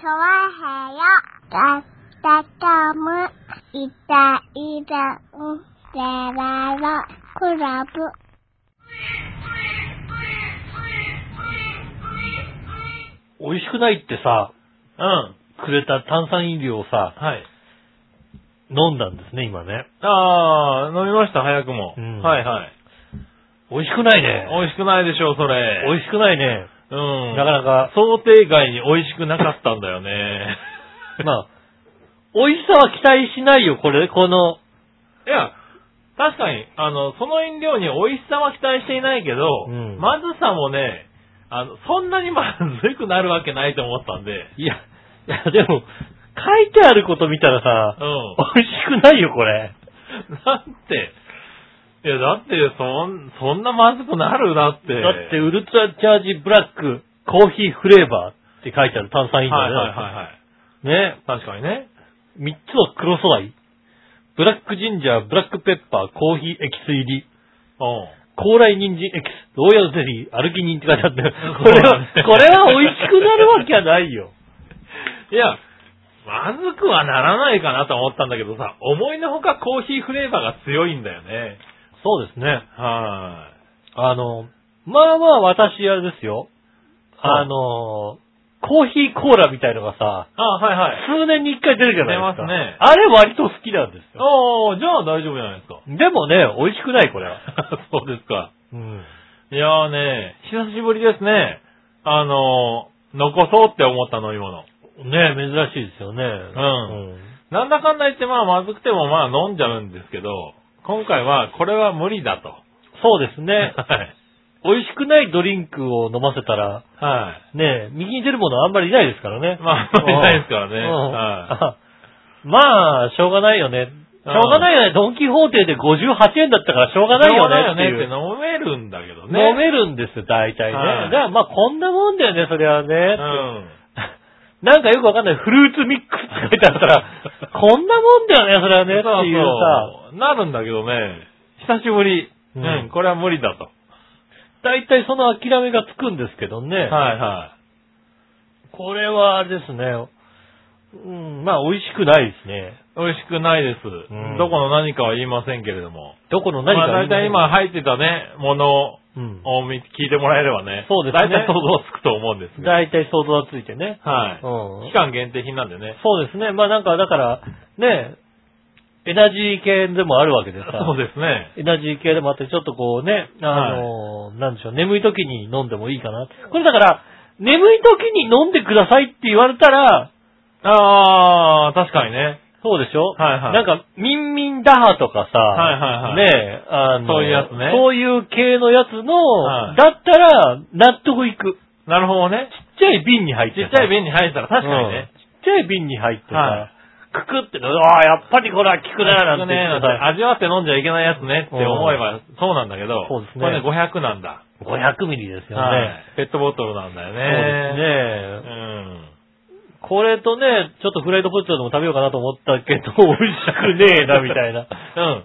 좋아해요따뜻함을이따이따운데라로클럽 美味しくないってさ、うん。くれた炭酸飲料をさ、はい。飲んだんですね、今ね。あー、飲みました、早くも。うんはいはい。美味しくないね。美味しくないでしょう、それ。美味しくないね。うん。なかなか、想定外に美味しくなかったんだよね。まあ、美味しさは期待しないよ、これ、この、 いや、確かに、あの、その飲料に美味しさは期待していないけど、うんまずさもね、あの、そんなにまずくなるわけないと思ったんで、いや、いや、でも、書いてあること見たらさう、ん。美味しくないよ、これ。 だって、いや、だって、そん、そんなまずくなるだって。だって、ウルトラチャージブラックコーヒーフレーバーって書いてある炭酸飲料はいね。はいはいはい。ね。確かにね。三つの黒素材。ブラックジンジャー、ブラックペッパー、コーヒーエキス入うん。り、高麗人参エキス、ローヤルゼリー、アルギニンって書いてあって、こ れそうはだね、これは美味しくなるわけはないよ。いや、まずくはならないかなと思ったんだけどさ、思いのほかコーヒーフレーバーが強いんだよね。そうですね。はあの、まあまあ私、あれですよ。はいあの、コーヒーコーラみたいのがさ、い。あ、はいはい。数年に一回出るじゃないですか。出ますねあれ割と好きなんですよ。ああ、じゃあ大丈夫じゃないですか。 でもね、美味しくない、これは。そうですか。うん。いやーね、久しぶりですね。あのー、残そうって思った飲み物。ね珍しいですよね。うんなんだかんだ言ってまあまずくてもまあ飲んじゃうんですけど、今回はこれは無理だと。そうです ね。はい。美味しくないドリンクを飲ませたら、はね右に出るものはあんまりいないですからねい。。まあ、無理ないですからね。うんはあまあ、しょうがないよね。しょうがないよね。ドンキホーテで58円だったからしょうがい。ないしょうがよねないっていう。よねって飲めるんだけどね。飲めるんですよ、大体ね。はいだからまあこんなもんだよね、それはうね。ん。なんかよくわかんない。フルーツミックスって書いてあっ たら、こんなもんだよね、それはね、っていうさ。そうそうなるんだけどね、久しぶり。ううんん、これは無理だと。大体その諦めがつくんですけどね。はいはこれはあれですね。うん、まあ美味しくないですね。い。美味しくないです。うんどこの何かは言いませんけれども。どこのま何あか大体今、入ってたね、ものうん。を見聞いてもらえればね。そうですね大体想像つくと思うんですが。大体想像がついてね。はうんい。期。間限定品なんでね。そうですね。まあなんか、だから、ね、エナジー系でもあるわ けでさ。そうですね。エナジー系でもあって、ちょっとこうね、あの、なんでしょう、眠い時に飲んでもいいかな。これだから、眠い時に飲んでくださいって言われたら、あー、確かにね。そうでしょはいはいなんか、ミンミンダハとかさ、はいはいはいねえ、あの、そういうやつねそういう系のやつの、はいだったら、納得いく。なるほどね。ちっちゃい瓶に入っちてっちゃい瓶に入ったら確かにね。うんちっちゃい瓶に入ってさ、はくくっての、ああ、やっぱりこれは効くな、なんてね言っなんててさ、味わって飲んじゃいけないやつねって思えばそうなんだけど、そうですねこれね、500なんだ。 500ミリですよね。はい。ペットボトルなんだよそうですね。ね。これとね、ちょっとフライドポテトでも食べようかなと思ったけど、 美味しくねえな、みたいな。うん。うん。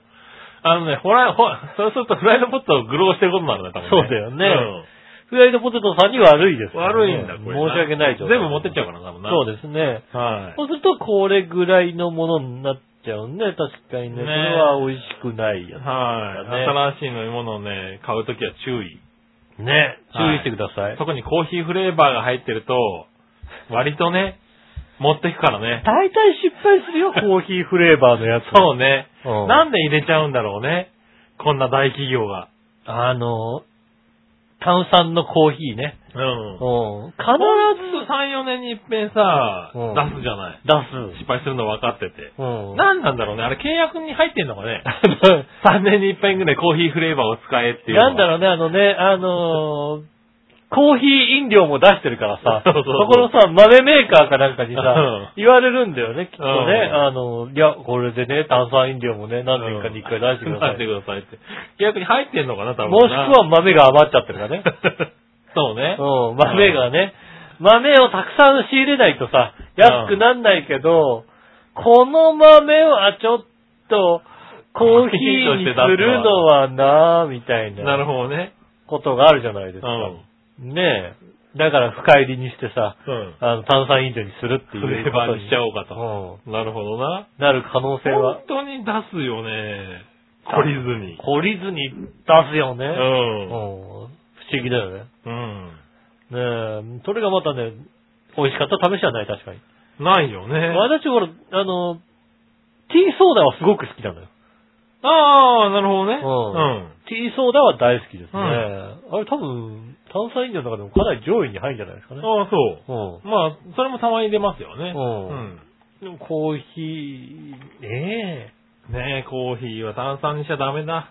あのね、ほら、ほら、そうするとフライドポテトを愚弄してることになるんだ、多分そうだよねうんフライドポテトさんに悪いですからね、悪いんだ、これ。申し訳ないと。全部持ってっちゃうからな、多分な。そうですね。はい。そうすると、これぐらいのものになっちゃうね。確かにねね。これは美味しくないやはい。新しい飲み物をね、買うときは注意。つ。ね。注は意いしてください。特にコーヒーフレーバーが入ってると、 割とね、持ってくからね。大体失敗するよ、 コーヒーフレーバーのやつ。そうね。うんなんで入れちゃうんだろうね。こんな大企業が。あの、炭酸のコーヒーね。うん。うん。必必ず3、4年に一遍さ、うん出すじゃない。ず出す。失敗するの分かってて。うん。何なんだろうね。あれ契約に入ってんのか ね。3年に一遍ぐらいコーヒーフレーバーを使えっていうのは。なんだろうね、あのね、あのーコーヒー飲料も出してるからさ、 そうそうそうこのさ、豆メーカーかなんかにさ、うん言われるんだよね、きっとね。うんあの、いや、これでね、炭酸飲料もね、何年かに一回出してください。出してくださいって。契約に入ってんのかな、多分な。もしくは豆が余っちゃってるからね。 そうね。うん、豆がね、豆をたくさん仕入れないとさ、安くなんないけど、この豆はちょっと、コーヒーにするのはなぁ、みたいななるほどね。ことがあるじゃないでうすん。か。はねえ。だから深入りにしてさ、うん。あの、炭酸飲料にするっていう。フレーバーにしちゃおうかと。う。なるほどな。ん。なる可能性は本。当に出すよね。懲りずに。懲りずに出すよね。ううんん。不思議だよね。うん。ねえ、それがまたね、美味しかった試しはない、確かに。ないよね。私、ほら、あの、ティーソーダはすごく好きなのよ。ああ、なるほどね。うんティーソーダは大好きですね。うんあれ多分、炭酸飲料の中でもかなり上位に入るんじゃないですかね。ああ、そうう。まあ、それもたまに出ますよね。うんうん。ん。でもコーヒー、ねえ。ねえ、コーヒーは炭酸にしちゃダメだ。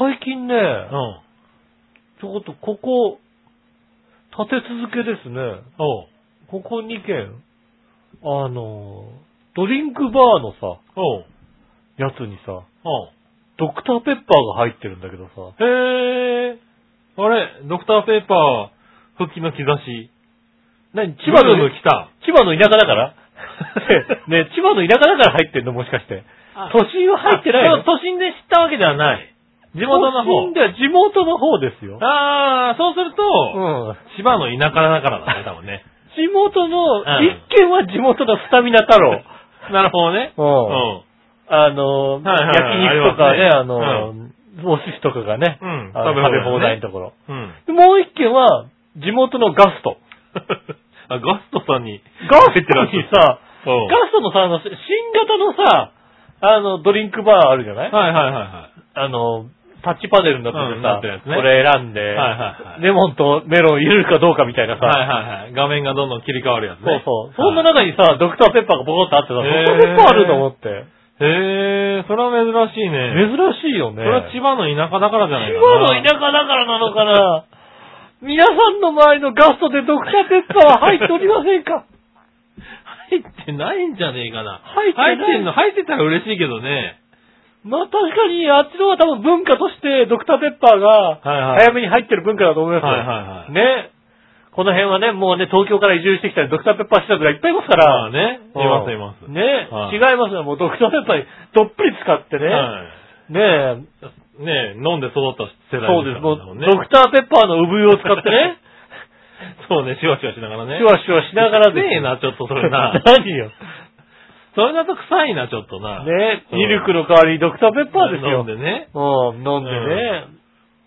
最近ね、うん。ちょっとここ、立て続けですね。おう。ここ2軒、あの、ドリンクバーのさ、おう。やつにさ、おう。ドクターペッパーが入ってるんだけどさ、へえ。あれ、ドクターペーパー、復帰の兆し。何千千葉葉の、の来た。千葉の田舎だから ね千葉の田舎だから入ってんのもしかして。都心は入ってないあのそう都心で知ったわけではない。地元の都心方。では地元の方ですよ。ああ、そうすると、うん。千葉の田舎だからだね、多分 ね。地元の、うん一軒は地元のスタミナ太 郎。なるほどね。う。うんん。あの、焼はいはいはい肉とかね、あありまの、お寿司とかがね、うんあの食食べべ放放題ね題のところ。 うん。でもう一軒は、地元のガスト。あ、ガストさんに。ガストにさ、うん。ガストのさ、あの、新型のさ、あの、ドリンクバーあるじゃないはいはいはいあの、タッチパネルになってうてんさ、なってるやつねこれ選んで、はい。はいはいはい。レモンとメロン入れるかどうかみたいなさ、はいはいはい。画面がどんどん切り替わるやつね。そうそう。そんな中にさ、ドクターペッパーがボコッとあってさ、ドへークターペッパーあると思って。へえ、それは珍しいね。珍しいよね。それは千葉の田舎だからじゃないか葉のな。田舎だからなのかな 皆さんの周りのガストでドクターペッパーは入っておりませんか 入ってないんじゃねえかな。入ってない入ってんの、入ってたら嬉しいけどね。まあ確かに、あっちの方が多分文化としてドクターペッパーがはいはい。早めに入ってる文化だと思いますよ。はいはいはい。ね。この辺はね、もうね、東京から移住してきたドクターペッパー施設がいっぱいいますかまら。あね、いますいます。ね、はい違いますよ。もうドクターペッパーにどっぷり使ってね。はいねえね飲んで育った世代そうです。もう、からドクターペッパーの産湯を使ってね、そうね、シュワシュワしながら ね。シュワシュワしながらですよねえな、ちょっとそれ な。 何よ。それだと臭いな、ちょっとな。ねうんミルクの代わりにドクターペッパーです飲よん。でね。うん、飲んでね。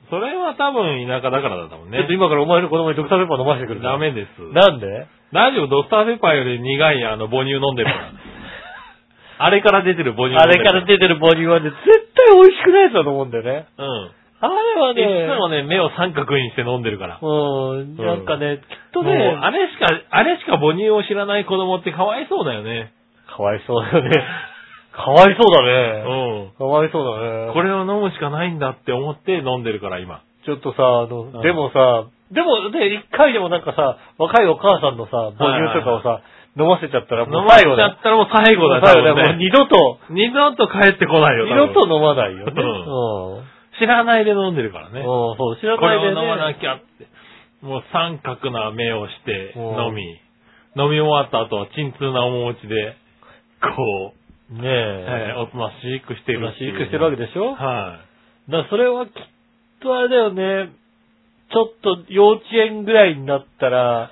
それは多分田舎だからだと思うちょっねと。今からお前の子供にドクターペッパー飲ませてくるからダ。メです。なんで大丈夫、ドクターペッパーより苦いあの母乳飲んでるから。 あれから出てる母乳飲んあでれるから出てる母乳はね、絶対美味しくないやつだと思うんだよね。うん。あれはいつもね、ね、目を三角にして飲んでるから。うん、なんかね、きっともうね、あれしか、あれしか母乳を知らない子供ってかわいそうだよね。かわいそうだよね。かわいそうだうね。ん。かわいそうだね。これを飲むしかないんだって思って飲んでるから、今。ちょっとさ、あうんの、でもさ、でもね、一回でもなんかさ、若いお母さんのさ、母乳とかをさ、飲ませちゃったら飲もうまれ最ち後ゃだ。ったらもう最後だよ、最多後だ。もう分ね。二度と、二度と帰ってこないよ、二多分度と飲まないよね。ううんん。知らないで飲んでるからね。うん、そう、知らこなれいをで飲ね。まなきゃって。もう三角な目をしてうん飲み、飲み終わった後は鎮痛な面持ちで、こう、ねえーえ。おとなしくしているおとなしくしてるわけでしょはだからそれはきっとあれだよね。ちょっと幼稚園ぐらいになっ たら、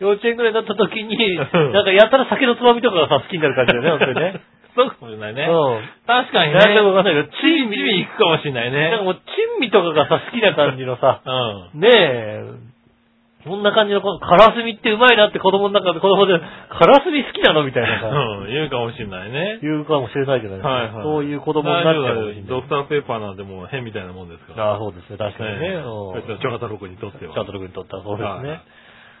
幼稚園ぐらいになった時に、うんなんかやたら酒のつまみとかがさ、好きになる感じだよね、本当にね。 そうかもしれないね。うん。確かにね。なんでもわかんないけど、チビ、チビ行くかもしれないなんかね。もう、珍味とかがさ、好きな感じのさ、うん。ねえ、こんな感じの、このカラスミってうまいなって子供の中で、子供で、カラスミ好きなのみたいなさ、うん、言うかもしれない ね。言うかもしれないじゃないですか。はいはい。そういう子供になっちゃうかもしれ大丈夫だよなドいクターペーパーなんてもう変みたいなもんですから。ああ、そうですね。確かにね。うんね。ちょっとロクにとっては。チャートル君にとったらそうですはね。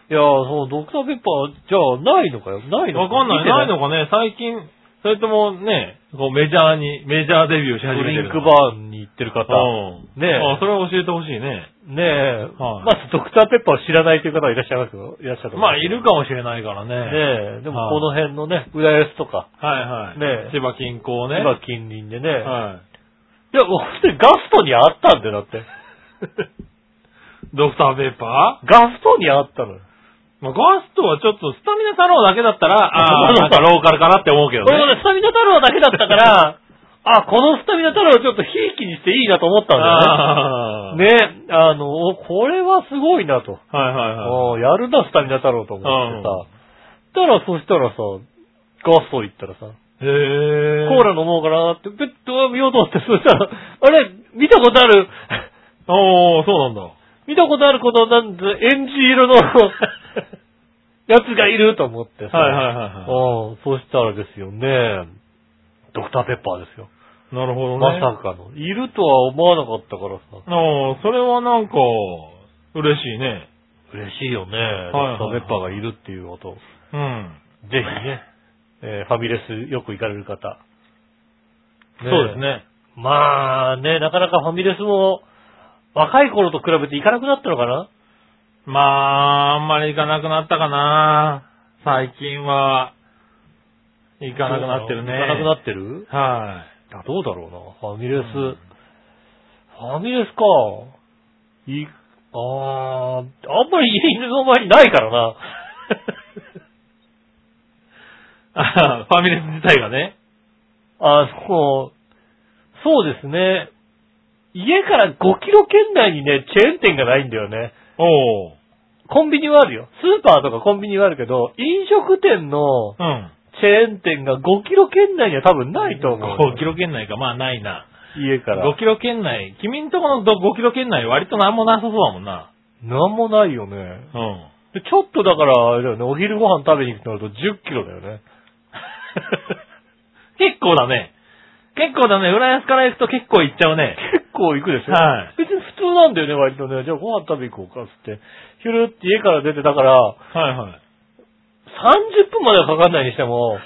いやー、そう、ドクターペッパー、じゃあ、ないのかよ。ないのわかんない。見てないのかね最近、それともね、こうメジャーに、メジャーデビューし始ドめてリるンの。クバーに行ってる方。うん。ねえあそれを教えてほしいね。ねえ、はいまずドクターペッパーを知らないという方はいらっしゃいますよ。いらっしゃると思まうあ、いるかもしれないからね。ねえ、でもはいこの辺のね、浦安とか、はいはい。ねえ千葉近郊ね。今近隣でね。はいや、本当にガストにあったんだよ、だって。い。ドクターペーパーガストにあったのよ。まあ、ガストはちょっとスタミナ太郎だけだったら、ああ、そなうんかそうローカルかなって思うけどね。 俺もね、スタミナ太郎だけだったから、ああ、このスタミナ太郎ちょっとひいきにしていいなと思ったんあだよあ。ね。ね、あの、おこれはすごいなと。はいはいはい。ああ、やるな、スタミナ太郎と思ってさ。たら、そしたらさ、ガスト行ったらさ、へえ。コーラ飲もうかなって、ペット見ようと思って、そしたら、あれ、見たことある、 おー、そうなんだ。見たことあるこの、なんて、エンジ 色の、やつがいると思ってさ。はいはいはいはうん、そしたらですよね、ドクターペッパーですよ。い。なるほどね。まさかの。いるとは思わなかったからさ。ああ、それはなんか、嬉しいね。嬉しいよね。はいはいドクターペッパーがいるっていうこと。ぜうん。ひね、えーファミレスよく行かれる方。そうです。ね。まあね、なかなかファミレスも、若い頃と比べて行かなくなったのかなまあ、あんまり行かなくなったかな。最近は、行かなくなってるね。行かなくなってるはあどうだろうな。ファミレス。うんファミレスか。い、あー、あんまり家の前にないからな。い。 あファミレス自体がね。あそう、そうですね。家から5キロ圏内にね、チェーン店がないんだよね。おー。コンビニはあるよ。スーパーとかコンビニはあるけど、飲食店のうん。チェーン店が5キロ圏内には多分ないと思う。 5キロ圏内か。まあ、ないな。家から。 5キロ圏内。君んとこのど5キロ圏内割となんもなさそうだもんな。なんもないようね。ん。でちょっとだから、あれだよね、お昼ご飯食べに行くとなると10キロだよね。 結構だね。結構だね。浦安から行くと結構行っちゃうね。結構行くでしょはい。別に普通なんだよね、割とね。じゃあご飯食べ行こうか、つって。ひゅるって家から出て、だから、はいはい。 30分まではかかんないにしても、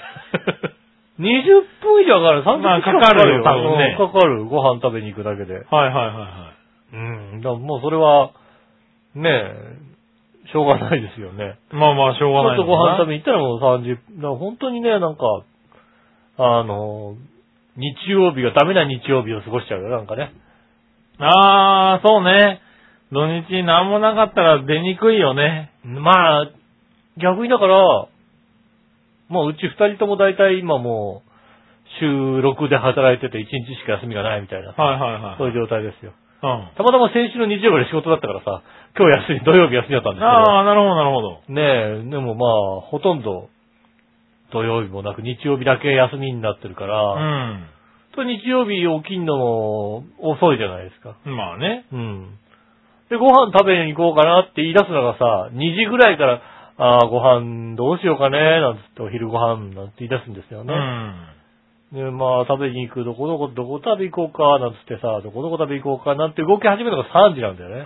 20分以上かかる。30分まあ近くかかるよ、かかるよ多分ねうんかかる。ご飯食べに行くだけで。 はいはいはいはい。うん。だからもうそれは、ねえ、しょうがないですよね。まあまあ、しょうちがょなっいとのご飯かな食べに行ったらもう30分。だから本当にね、なんか、あの、日曜日がダメな日曜日を過ごしちゃうよ、なんかね。あー、そうね。土日なんもなかったら出にくいよね。まあ、逆にだから、まあうち二人とも大体今もう、週6で働いてて一日しか休みがないみたいな、はいはいそうはいいう状態ですよ。うん。たまたま先週の日曜日で仕事だったからさ、今日休み、土曜日休みだったんですあー、なるほどなるほど。けど、ねえ、でもまあ、ほとんど土曜日もなく日曜日だけ休みになってるかうら、ん。と日曜日起きんのも遅いじゃないですか。まあね。うん。で、ご飯食べに行こうかなって言い出すのがさ、2時ぐらいから、ああ、ご飯どうしようかね、なんつってお昼ご飯なんて言い出すんですようね。ん。 で、まあ食べに行く、どこどこ、どこ食べ行こうか、なんつってさ、どこどこ食べ行こうかなんて動き始めたのが3時なんだ よね。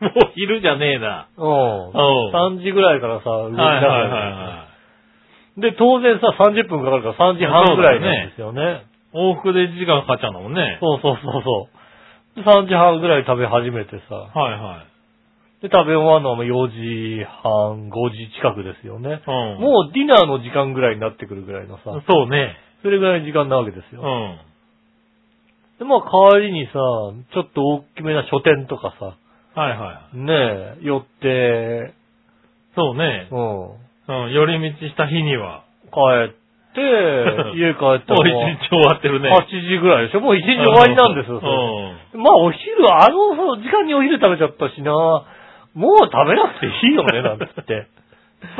もう昼じゃねえな。おううん。3時ぐらいからさ、動きは出いすはいのよはで、当然さ、30分かかるから3時半ぐらいなんですよね。いはい。往復で1時間かかっちゃうんだもんね。そうそうそうそう。で3時半ぐらい食べ始めてさ、はいはい。で、食べ終わるのはもう4時半、5時近くですよね。うん。もうディナーの時間ぐらいになってくるぐらいのさ、そうね。それぐらいの時間なわけですうよ。ん。で、まあ帰りにさ、ちょっと大きめな書店とかさ、はいはい。ねえ、寄って、そうね。うん、うん、寄り道した日には。帰 って、家帰ったも う一ら日終わってるね。 8時ぐらいでしょもう1時終わりなんですよ、うそれん。まあお昼、あの時間にお昼食べちゃったしな、もう食べなくていいよね、なんつ って。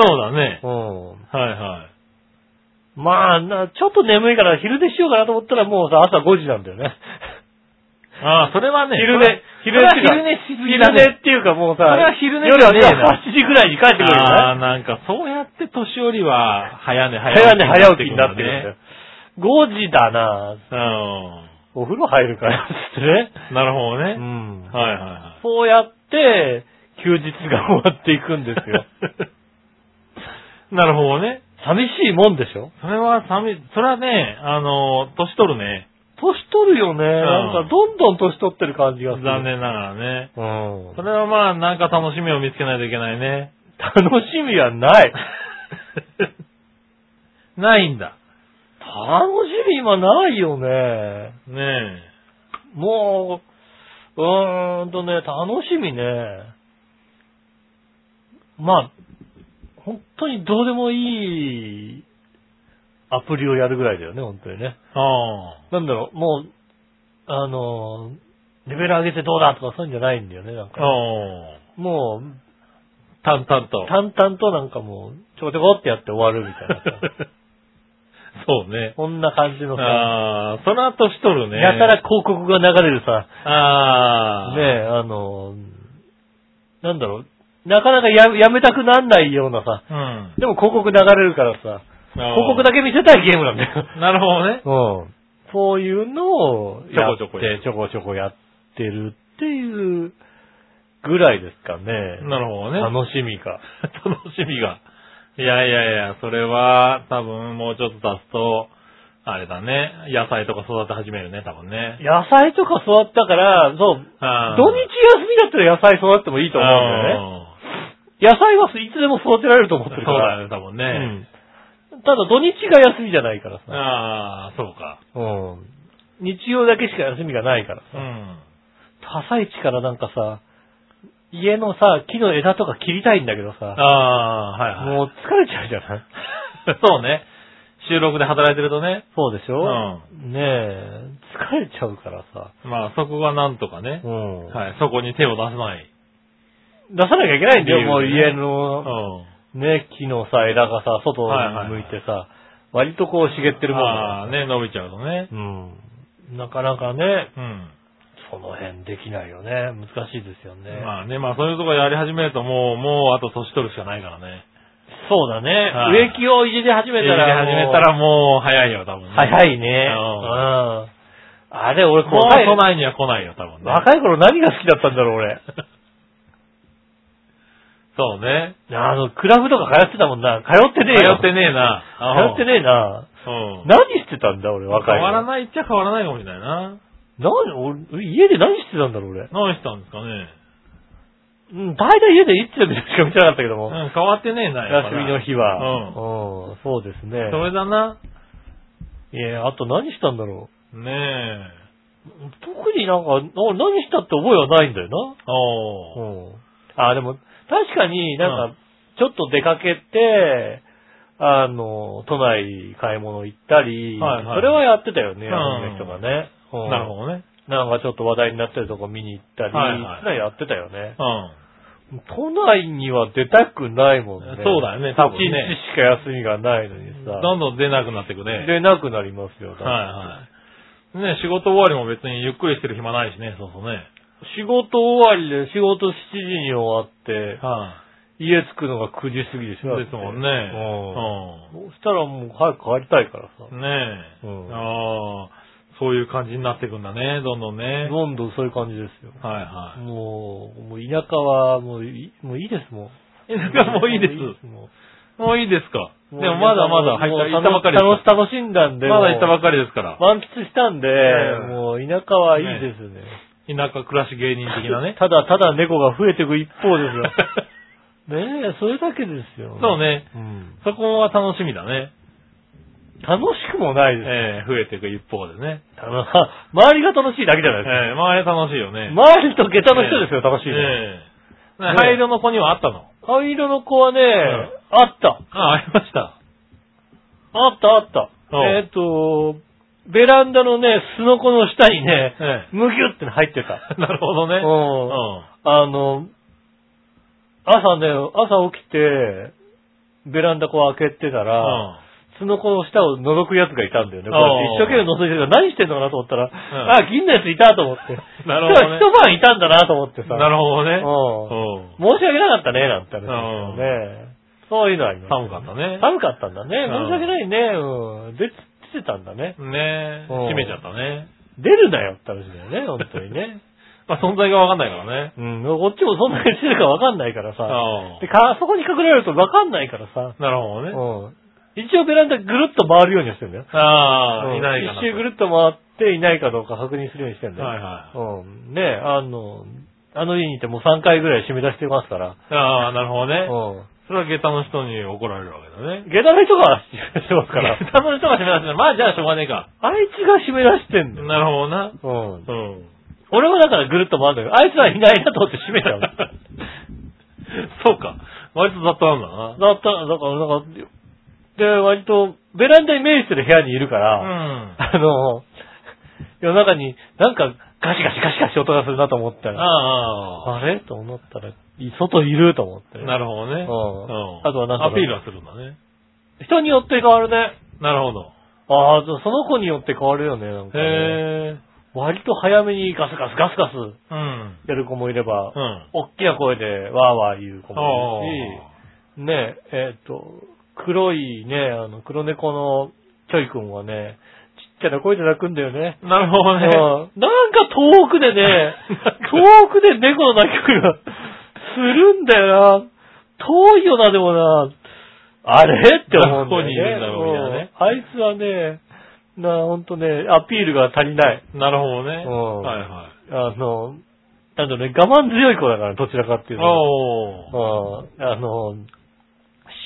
そうだね。うんはいはい。まあな、ちょっと眠いから昼寝しようかなと思ったらもうさ、朝5時なんだよね。ああ、それはね。昼寝、昼寝昼寝しすぎだね。昼寝っていうかもうさ、それは昼寝夜じゃねえなは8時ぐらいに帰ってくるよああ、ね。なんかそうやって年寄りは早寝早起き。早寝早起きになってくるんだよ。5時だなうお風呂入るから、つってね。ん。なるほどうね。ん。はいはいはそうやって、休日が終わっていくんで すよ。い。なるほどね。寂しいもんでしょそれは寒い、それはね、あの、年取るね。年取るよね。なんかどんどん年取ってる感じがする。残。念ながらね。うんそ。れはまあ、なんか楽しみを見つけないといけないね。楽しみはない。ないんだ。楽しみ今ないよね。ねえ。もう、うーんとね、楽しみね。まあ、本当にどうでもいいアプリをやるぐらいだよね、本当にね。あなんだろう、もう、あのー、レベル上げてどうだとかそういうんじゃないんだよね、なんあ。か。ああ。もう、淡々と。淡々となんかもう、ちょこちょこってやって終わるみた いなさ。 そうね。こんな感じのさ、ああ、その後しとるね。やたら広告が流れるさ、ああ。ねえ、あの、なんだろう、なかなかややめたくなんないようなさ、うん。でも広告流れるからさ、広告だけ見せたいゲームなんだよ。け。なるほどね。 うん。そういうのをちやょっこて、ちちょょここちょこやってるっていうぐらいですかね。なるほどね。楽しみか。楽しみが。いやいやいや、それは、多分もうちょっと経つと、あれだね、野菜とか育て始めるね、多分ね。野菜とか育ったから、そう、あー土日休みだったら野菜育ってもいいと思うんだよね。野菜はいつでも育てられると思うっんてそうるから。だね、多分うね。んただ土日が休みじゃないからさ。ああ、そうか。うん。日曜だけしか休みがないからうさ。ん。朝一からなんかさ、家のさ、木の枝とか切りたいんだけどあさ、あ、はいはい。もう疲れちゃうじゃない そうね。収録で働いてるとね。そうでしょうねえ、疲れちゃうからさ。まあ、そこがなんとかねう。ん。はい、そこに手を出せない。出さなきゃいけないんだよ、もう理由で家ねうの、ん。ね、木のさ、枝がさ、外はいはいに向いてさ、割とこう茂ってるもんだああ、から。ね、伸びちゃうとね。うん。なかなかね、うん。その辺できないよね。難しいですよね。まあね、まあそういうとこやり始めるともう、もうあと年取るしかないからね。そうだね。はい植木をいじり始めやりたらもう。始めたらもう早いよ、多分ね。早いね。ううん。あれ、俺、もう若い、都内には来ないよ、多分ね。若い頃何が好きだったんだろう、俺。そうね。 あの、クラブとか通ってたもんな。通って通ねえよ。ってねえな。通ってねねえな。え。うん。何してたんだ、俺、若い変わら頃。ないっちゃ変わらないかもしれないな。何、俺、家で何してたんだろう、俺。何したんですかね。うん、大体家でいつでもしか見てなかったけどうも。ん、変わってねえな、やっぱ休なみの日は。うん。そうですね。うん。それだな。いや、あと何したんだろねえ。う。特になんか、俺何したって覚えはないんだよな。うおー。ん。あ、でも、確かになうんか、ちょっと出かけて、あの、都内買い物行ったり、はいはいそれはやってたよね、うんあの人がね。うんなるほどね。なんかちょっと話題になってるとこ見に行ったり、そはいはいれはやってたよね。うん。都内には出たくないもんね。そうだよね多分ね一日しか休みがないのにさ、どんどん出なくなってくね。出なくなりますよ、だってはいはい。ね仕事終わりも別にゆっくりしてる暇ないしね、そうそうね。仕事終わりで仕事7時に終わって、は家着くのが9時過ぎでしょ。だっい。てですもんね。うんそしたらもう早く帰りたいからさう。ん。ねえ。うんああ、そういう感じになってくんだね、どんどんね。どんどんそういう感じですよ。はいはもう、もう田舎はもういもういいで すもん。い。田舎もういいです。ももういいですか。うでもまだまだ入った、行もうったばっかりです楽し楽しんだんで。まだ行ったばかっかりですから。満喫したんで、ええもう田舎はいいですね。。田舎暮らし芸人的なねただただ猫が増えていく一方ですよ。 ねえ、それだけですよ。 そう。ね。うん。そこは楽しみだね。楽しくもないです。ええ増えていく一方でね。あのは周りが楽しいだけじゃえないですか。えまああれ楽しいよね。周りと下駄の人ですよ、楽しいの。ええね灰色の子にはあったの灰色の子はね、んあった。あ、ありました。あったあった。うんえっ、と、ベランダのね、すのこの下にね、えむぎゅって入ってた。 えなるほどね。うんうあの、朝ね、朝起きて、ベランダこう開けてたら、ん。すのこの下を覗くやつがいたんだよね。うんこうやって一生懸命覗いてるから何してんのかなと思ったら、んあ、銀のやついたと思って。 なるほ どね一晩いたんだなと思ってさ。なるほどね。うんう申し訳なかったね、なんて話ですよね。そういうのはありん。ます。寒かったね。寒かったんだね。うん申し訳ないね。うん。出て出てたんだね。ねえ、うん閉めちゃったね。出るなよって話だよね、本当 にね。まあ存在がわかんないからね。うん。こっちもそんなに出てるかわかんないからさ。あで、か、そこに隠れるとわかんないからさ。あ。なるほうどね。ん。一応ベランダぐるっと回るようにはしてんだよ。あうあ、んいないかな。一周ぐるっと回っていないかどうか確認するようにしてんだよ。はいはい。うん。ねあの、あの家にいてもう3回ぐらい締め出してますから。ああ、なるほどうね。ん。それは下駄の人に怒られるわけだね。下駄の人が締め出してますか下ら。駄の人が閉め出してるまあじゃあしょうがねえか。あいつが締め出してんだよ。なるほどな。うんう。ん。俺はだからぐるっと回るんだけど、あいつはいないなと思って閉めち ゃう。だった、そうか。割と雑多なんだな。だから、なんか、で、割と、ベランダに面してる部屋にいるかうら、ん。あの、夜中になんかガシガシガシガシ音がするなと思ったら、ああ。あれと思ったら、い外いると思って。なるほどね。うんうんあとはなんかアピールはするんだね。人によって変わるね。なるほど。ああ、その子によって変わるよね、なんかね、へえ。割と早めにガスガスガスガスうん。やる子もいれば、うん。大きな声でワーワー言う子もいるあし、ねえ、えっ、と、黒いね、あの、黒猫のちょいくんはね、ちっちゃな声で泣くんだよね。あなるほどね。、うんなんか遠くでね 遠くで猫の鳴き声がするんだよな。遠いよな、でもな。あれって思うんだどこよね。にいるんだろうみたいなねうんあいつはね、な、ほんとね、アピールが足りない。なるほどね。うんはいはあの、なんだろうね、我慢強い子だから、どちらかっていい。うと。おー。うんあの、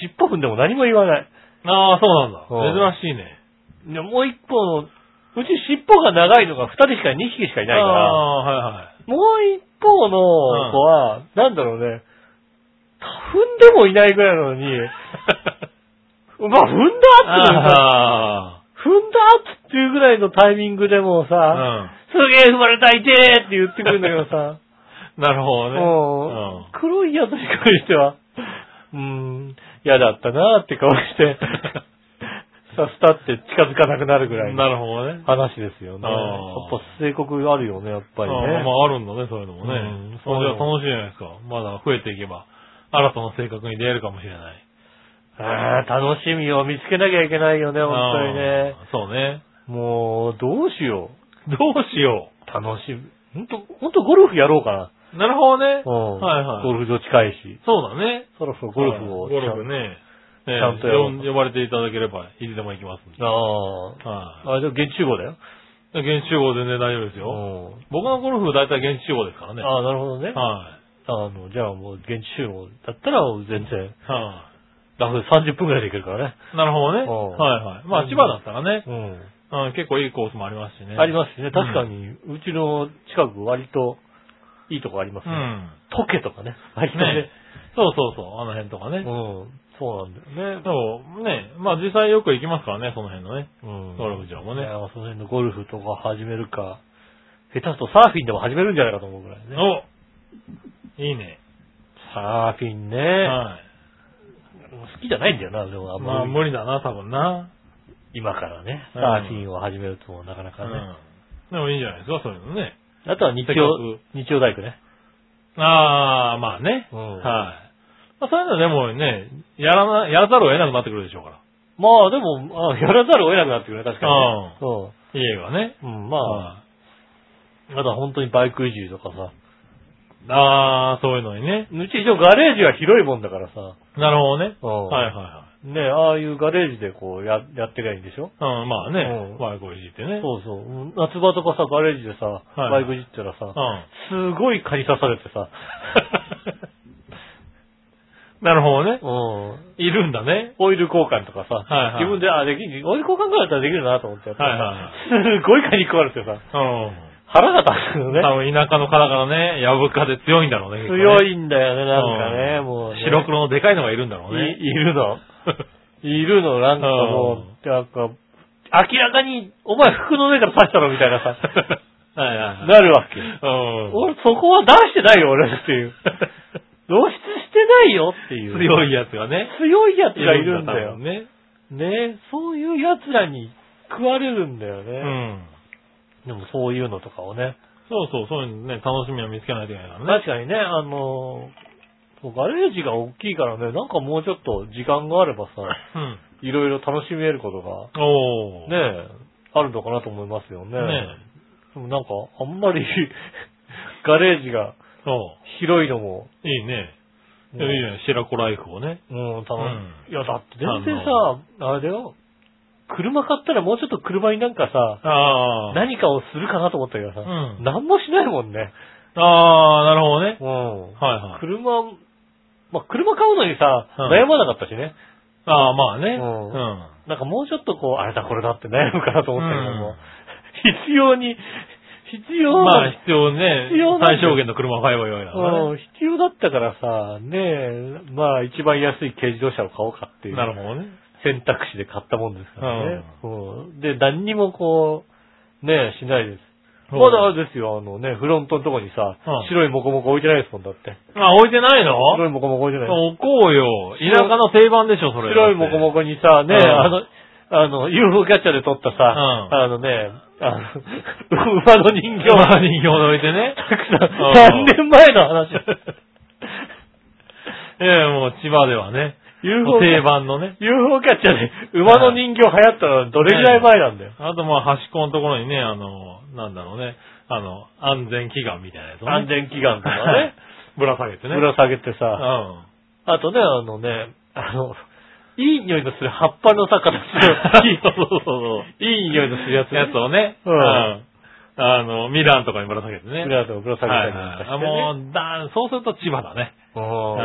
尻尾踏んでも何も言わない。ああ、そううなんんだ。珍しいね。でもう一方の、うち尻尾が長いのが二人しか二匹しかいないから、あ もう一方のん子は、なんだろうね、踏んでもいないぐらいなのに、あ、はいはい。まあ踏んだっあつ踏んだっつっていうぐらいのタイミングでもうあ。さ、すげえ踏まれたいてーって言ってくるんだけどさ、うん。なるほどね。もう黒いやつに関しては、うーん、嫌だったなーって顔して、 さ、スタって近づかなくなるぐらういん。のなるほどね。話ですよね。やあっーぱ性格あるよね、やっぱりああね。まああるんだね、そういうのもね。うんそれは楽しいじゃないですか。まだ増えていけば、新たな性格に出会えるかもしれない。あー楽しみを見つけなきゃいけないよね、本当にね。ああ。そうね。もう、どうしよどうしよう。楽しみ。ほんと、ほんとゴルフやろうかな。う。なるほどね。はいはいゴルフ場近いし。そうだね。そろそろゴルフを。ゴルフね。ちゃんとやろうと呼ばれていただければ、いつでも行きますんで。あはあ。あ、じゃあ、現地集合だよ。い。現地集合全然大丈夫ですよ。う僕のゴルフ大体現地集合ですからん。ね。はああ、なるほどねい。。はあの、じゃあもう、現地集合だったら、全然。い。ラフで30分くらいで行けるからね。なるほどね。うんはいはい。まあ千葉だったらね、ううん結構いいコースもありますしね。ん。ありますしね。確かに、うちの近く割と、いいとこありますうね。ん。トケとかね。割とねね。そうそうそう、あの辺とかうね。ん。そうなんだよね。そう、ね、まあ実際よく行きますからね、その辺のね。うんゴルフ場もねいやその辺のゴルフとか始めるか、下手するとサーフィンでも始めるんじゃないかと思うぐらいね。おいいね。サーフィンね、は好きじゃないんだよな、でもあい。んままあり、無理だな、多分な。今からね、うサんーフィンを始めるともなかなかうね。ん。でもいいんじゃないですか、そういうのね。あとは日曜、日曜大工ね。ああ、まあね。うんはい。まあそういうのでもね、やらな、やらざるを得なくなってくるでしょうかまあでも、あやらざるを得なくなってくるね、確かにね、そら。家がね。う。うん、まあ、あとは本当にバイクいじりとかさ。い。ああ、そういうのにね。うち一応ガレージは広いもんだからさ。なるほどね。うんはいはいはねああいうガレージでこうや、やってりゃいいんでしょい。うん、まあねう。んバイクをいじってね。そうそう。うん夏場とかさ、ガレージでさ、いバイクいじったらさ、うん。すごい蚊に刺されて さ、なるほどね。うんいるんだね。オイル交換とかさ、はいはい自分で、あ、できる、オイル交換ぐらいだったらできるなと思ってやったらさ、は すごい蚊に食われてさ、うん。腹が立つのね多。分田舎の方からね、ヤブカで強いんだろうね。結構ね強いんだよね、なんかね、うんもうね、白黒のでかいのがいるんだろうい ね。いるの。いるの、なんかもう、なんか、明らかに、お前服の上から刺したろみたいなさ、 はいはいはい。なるわけ。うん。俺、そこは出してないよ、俺って いう。露出してないよっていう。強いやつがね。強いやつがいるんだよ。いねるんそういうやつらに食われるんだよ多分ね。うね。ん。でもそういうのとかをね。そうそう、そういうね、楽しみを見つけないといけないからね。確かにね、あのーガレージが大きいからね、なんかもうちょっと時間があれ ばさ、うん。いろいろ楽しめることが、おー。ねえ、あるのかなと思いますよね。ねでもなんか、あんまり、 ガレージがそ広いのも、う。いいね。いうんやいいね。白子ライフをね。うん、楽しい。いや、だって全然あさ、あれだよ。車買ったらもうちょっと車になんかさ、ああ。何かをするかなと思ったけどさ、うん何もしないもんね。ああ、なるほどね。うん。はいはい。車、まあ、車買うのにさ、うん悩まなかったしね。ああ、まあね。うんうん。なんかもうちょっとこう、あれだこれだって悩むかなと思ったけども、 必要に、必要、まあ必要ね。必要なんだ最よ小限の車を買えばよいだからうね。ん、必要だったからさ、ねえ、まあ一番安い軽自動車を買おうかっていう。なるほどね。選択肢で買ったもんですからね。うんで、何にもこう、ね、しないうです。んまだあれですよ、あのね、フロントのとこにさうん、白いモコモコ置いてないですもんだって。あ、置いてないの白いモコモコ置いてない。置こうよ。田舎の定番でしょ、それ。白いモコモコにさ、ね、うんあの、あの、UFO キャッチャーで撮ったさ、うんあのね、あの、 馬の人形。馬の人形を置いてねたくさん、うん3年前の話。ええ、もう千葉ではね。 UFO キ定ャッチャー番のね。 UFO キャッチャーで馬の人形流行ったのはどれぐらい前なんだよ。あとまあ端っこのところにね、あの、なんだろうね。あの、安全祈願みたいなやつをね安全祈願とかね。ぶら下げてね。 ぶら下げて うさ、ん。あとね、あのね、あの、いい匂いのする葉っぱのさ、形の木そう そうそういい匂いのするやつね。やつをね。うんうんあの、ミランとかにぶら下げてね。ぶら下げてぶら下げたりなんかして、はね。いはいあもう、だ、そうすると千葉だね。ううんん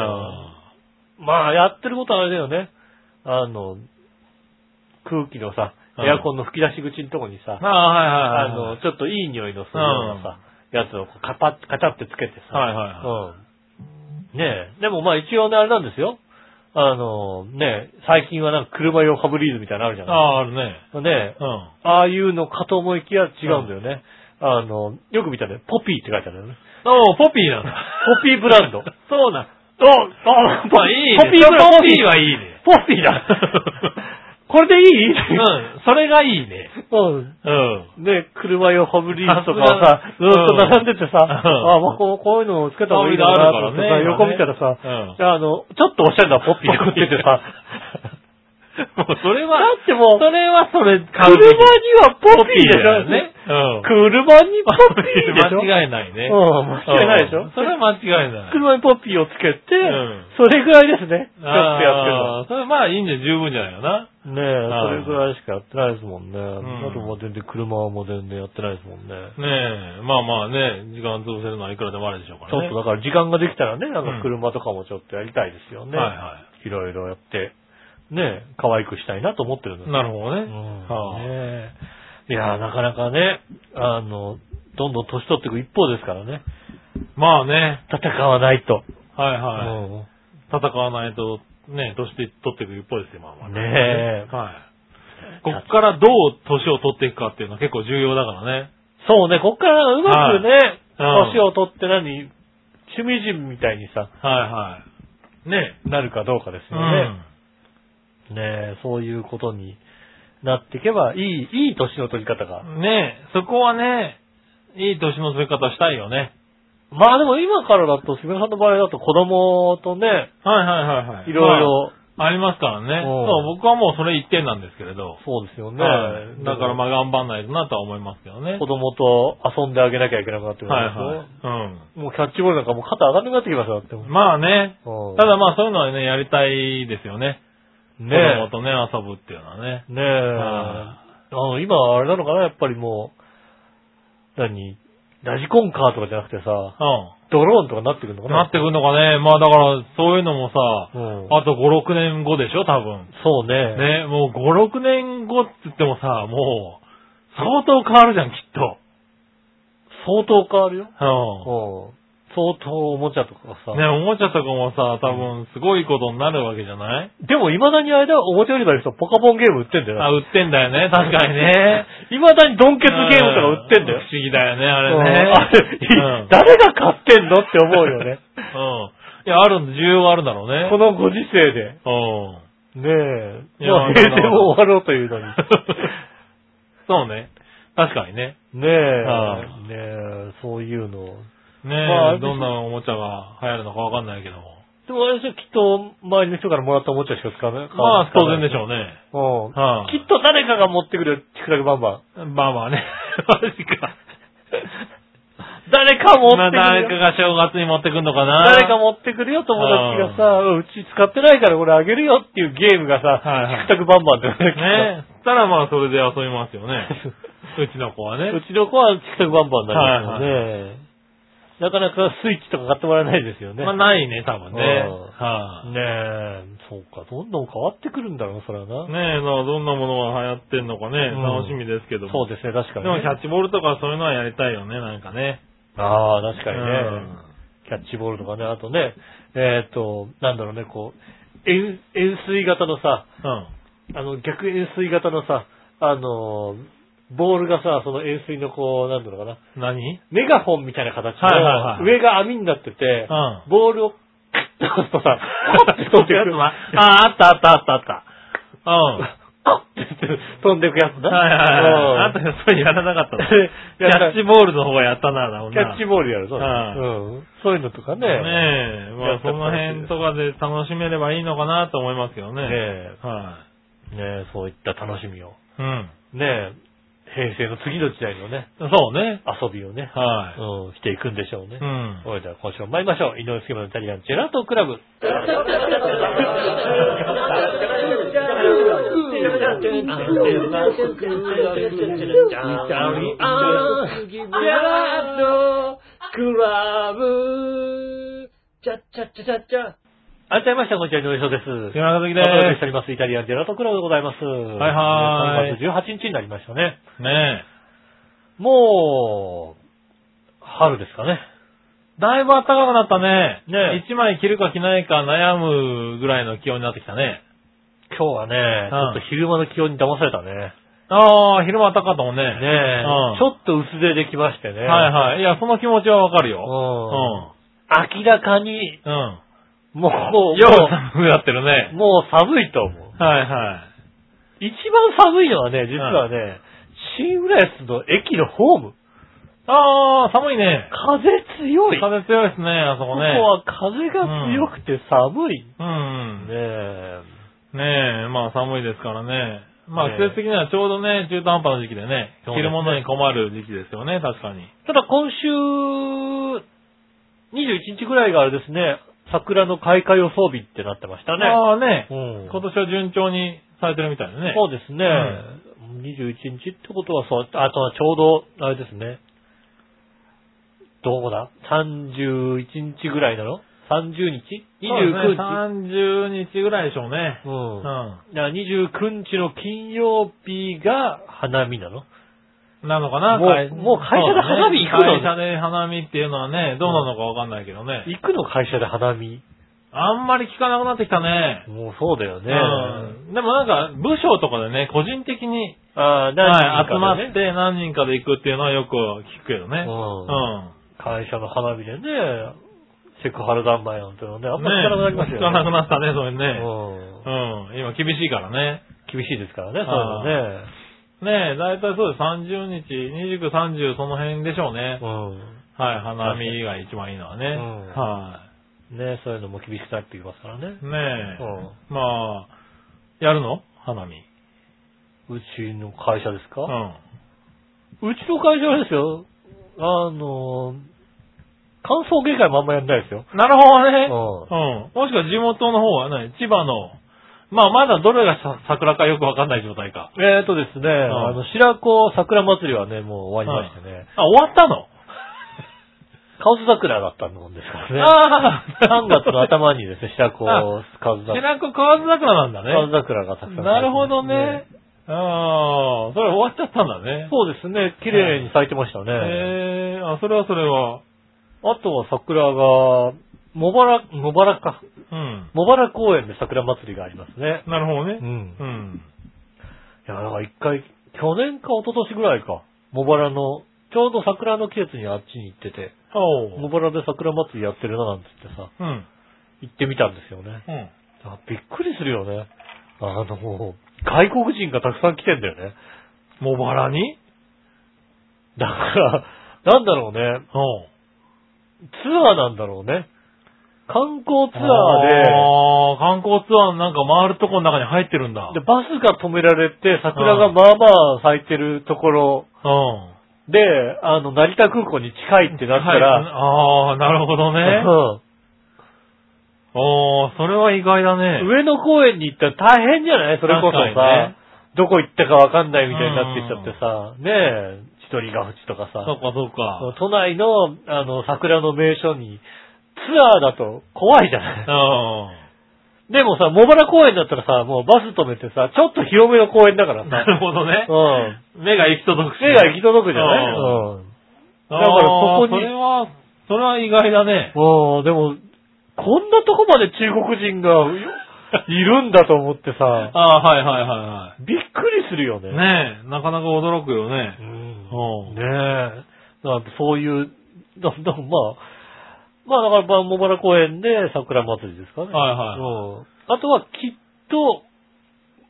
まあ、やってることはあれだよね。あの、空気のさ、うんエアコンの吹き出し口のとこにさ、ああ、はいはいあはい。の、ちょっといい匂いのするようなさ、やつをこうカパッ、カチャってつけてさ、はいはいはうん。ねえ、でもまあ一応ね、あれなんですよ。あの、ねえ、最近はなんか車用ファブリーズみたいなのあるじゃあないあ、あるね。ねえ、うん。ああいうのかと思いきや違うんだよね。あの、よく見たね、ポピーって書いてあるよね。おうポピーなんだ。ポピーブランド。そうなん。お、あ、まあいいね。ポピーブランド。ポピーはいいね。ポピー だ。これでいいうん。それがいいね。うん。うん。ね、車用ホブリーズとかはさ、ずさすがーっと並んでてさ、うんあ、まあこうこういうのをつけた方がいいのかなと思ってさ、あるか横らね見たらさ、うんあの、ちょっとおしゃれなポッピーで食って てさ、もうそれだは、ってもう、それはそれ買車うにべき。はポッピーでしだょよね。うん。車にポッピーでしょ間違いないね。うん、間違いないでしうょんそれは間違いない。車にポッピーをつけて、うんそれぐらいですね。ちょっとやああ、それまあいいんじゃ十分じゃないよな。ってるの。ねえ、それぐらいしかやってないですもんね。んあともう全然車はもう全然やってないですもんね。ねえ、まあまあね、時間潰せるのはいくらでもあるでしょうかちらょっね。とだから時間ができたらね、なんうんか車とかもちょっとやりたいですよね。はいはいろいろやって、ね、可愛くしたいなと思ってるんですい。よなるほどね。うんはあねいやー、なかなかね、あの、どんどん年取っていく一方ですからね。まあね、戦わないと。はいはい。うん戦わないと、ね、年で取っていく一方ですよ、まあまあ。ねえはい。こっからどう年を取っていくかっていうのは結構重要だからね。そうね、こっからうまくね、はいうん年を取って何、趣味人みたいにさ、はいはい。ねなるかどうかですえ。よね。ねえそういうことになっていけば、いい、いい年の取り方が。うんねえ、そこはね、いい年の取り方したいよね。まあでも今からだと、すみさんの場合だと子供とね、はいはいはいはい。いろいろ、まあ。ありますからね。うんそう、僕はもうそれ一点なんですけれど。そうですよね。はいだからまあ、あ頑張んないとなとは思いますけどね。子供と遊んであげなきゃいけなくなってくるはいんですよはい。もうキャッチボールなんかもう肩上がんなくなってきますよ、だってうもん。まあね。う。うんただまあそういうのはね、やりたいですよね。ね子供とね、遊ぶっていうのはね。え。ねえ。はあの、今あれなのかな、やっぱりもう、何ラジコンカーとかじゃなくてさ、ドローンとかなってくるのうかん。なっなてくるのかね。まあだから、そういうのもうさ、ん。あと5、6年後でしょ、多分。そうね。ね、もう5、6年後って言ってもさ、もう、相当変わるじゃん、きっと。相当変わるよ。ううん。相当おもちゃとかがさ。ん。ね、おもちゃとかもさ、多分、すごいことになるわけじゃないでも、未だにあれだ、表売り場でさ、ポカポンゲーム売ってんだよ。あ、売ってんだよ ね、確かにね。未だにドンケツゲームとか売ってんだよう。不思議だよね、あうれんね。 あれうん誰が買ってんのって思うよね。うん。いや、あるん需要はあるんだろう ね。このご時世で。うん。 ねいえ。やまあ、平成も終わろうという のに。そうね。確かにね。ねはえ。ねえ、そういうの。ねえ、まあどんなおもちゃが流行るのかわかんないけども。でも、私はきっと、周りの人からもらったおもちゃしか使わない。まあ、当然でしょ。ょうね。うん。はきっと誰かが持ってくるよ、チクタクバンバン。あ、まあまあ ね。マジか。誰か持まあってくる誰よか。が正月に持ってくんのかな。誰か持ってくるよ、友達がさ、うち使ってないからこれあげるよっていうゲームがさはいはい、チクタクバンバンってね。ね。そしたらまあ、それで遊びますよ ね。うちの子はね。うちの子はチクタクバンバンになりますよね。なかなかスイッチとか買ってもらえないですよね。まあ、ないね、多分ね。うんはい、ねえ、そうか、どんどん変わってくるんだろう、それはな。ねえ、まあどんなものが流行ってんのかね、うん楽しみですけどそも。うですね、確かにでもね、キャッチボールとかそういうのはやりたいよね、なんかね。ああ、確かにね、うんキャッチボールとかね、あとね、えっ、と、なんだろうね、こう、円円錐型のさ、うん。あの、逆円錐型のさ、あの、ボールがさ、その円錐のこう、なんだろうかな、何メガホンみたいな形はいはいはいの、上が網になってて、うボールをクッと押すとさ、コッて飛んでいく。ああ、あったあったあったあった。うん。コッて飛んでいくやつな。はいはいはい。あんうたんそれやらなかったのキ やったャッチボールの方がやったな、だもんキャな。ッチボールやるぞ、はいうん。そういうのとかね。ねえ。まやあっ、たその辺とかで楽しめればいいのかなと思いますけどね。ねえはねえそういった楽しみを。い。うん。ねえ平成の次の時代のね、そうね。遊びをね、はうん、していくんでしょうい。ねう。ん。それでは今週も参りましょう。井上杉村のイタリアンジェラートクラブ。ありがとうございました。こんにちは、井上翔です。山中お崎で届けしております。イタリアンジェラートクラブでございます。はいはい3月18日になりましたね。す。ねもう、春ですかね。え。だいぶ暖かくなったね。ねえ一枚着るか着ないか悩むぐらいの気温になってきたね。今日はね、ちょっと昼間の気温に騙されたね。ああ、昼間暖かかったもんね。ねえ、うんちょっと薄手できましてね。はいはい。いや、その気持ちはわかるよ。うん。うん。明らかに、うん。もう、もよう寒くなってるう、ね。もう寒いと思う。はいはい。一番寒いのはね、実はね、新浦安の駅のホーム。ああ、寒いね。風強い。こ風強いですね、あそここね。は風が強くて寒い。うん。ねねえ。え、まあ寒いですからね。まあねえ季節的にはちょうどね、中途半端な時期でね、そう着ですねるものに困る時期ですよね、確かに。ただ今週、21日ぐらいがあれですね、桜の開花予想日ってなってましたね。ああね、うん今年は順調にされてるみたいでね。そうですね。21日ってことはそう、あとはちょうど、あれですね。どこだ ?31 日ぐらいなの ?30 そう日ですね ?29 日30日ぐらいでしょうね。う。うんだかん。ら29日の金曜日が花見なのなのかなもう会もう会社で花火行くのそうだね会社で花見っていうのはね、どうなのかわかんないけどね。行くの会社で花見。あんまり聞かなくなってきたね。もうそうだよね。うん。でもなんか、部署とかでね、個人的にはああ、何い、人集まかでねって何人かで行くっていうのはよく聞くけどね。うんう会社の花火でね、セクハラ三昧なんてのね、あん。んま聞かなくなりましたよね。ね聞かなくなったね、それね。うんうん。今厳しいからね。厳しいですからね、ああそういうのね。ねえ、だいたいそうです。30日、29、30その辺でしょうね。うん。はい、花見が一番いいのはね。うんはねそういうのも厳しくなってきますからね。い。ねうえ。まあ、やるの花見。ん。うちの会社ですか、う。うんちの会社はですよ。あの、歓送迎会もあんまやんないですよ。なるほどね。うん。うんもしくは地元の方はね、千葉の、まあまだどれがさ桜かよくわかんない状態か。えーとですね、んあの、白子桜祭りはね、もう終わりましてね。あ、終わったのカオス桜だったもんですからね。ああ3月の頭にですね、白子あカズ桜。白子河津桜なんだカズね。桜がたくさん咲いてます。なるほどね。ああ、それ終わっちゃったんだね。そうですね、綺麗に咲いてましたね。へえ、あ、それはそれは。あとは桜が、茂原、茂原か。うん。茂原公園で桜祭りがありますね。なるほどねう。ん。いうん。や、なんか一回、去年か一昨年ぐらいか、茂原の、ちょうど桜の季節にあっちに行ってて、お茂う。原で桜祭りやってるななんつってさ、うん。行ってみたんですよね。うん。あびっくりするよね。あの、もう、外国人がたくさん来てんだよね。茂原にだから、なんだろうね、おう。ツアーなんだろうね。観光ツアああ、観光ツアーなんか回るとこの中に入ってるんだ。ーで、で、バスが止められて、桜がまあまあ咲いてるところ、うん。で、あの、成田空港に近いってなったはいら、ああ、なるほど ね。おー、それは意外だうんね。上野公園に行ったら大変じゃないそれこそ確かにさね、どこ行ったかわかんないみたいになってきちゃってさ、ねえ、千鳥ヶ淵とかそさう、か、そうか。都内の、あの、桜の名所に、ツアーだと怖いじゃなういん。でもさ、茂原公園だったらさ、もうバス止めてさ、ちょっと広めの公園だからなさ、るほどねう。ん。目が行き届くし。手が行き届くじゃないうんうん。だからそこにそれは、それは意外だね。ああ、でも、こんなとこまで中国人が、よいるんだと思ってさ、ああ、はいはいはびっくりするよね。いはい。ねえ、なかなか驚くよねう。んうんねえ。だからそういう、だだからまあ、まあだからまあ、茂原公園で桜祭りですかね。はいはいうんあとはきっと、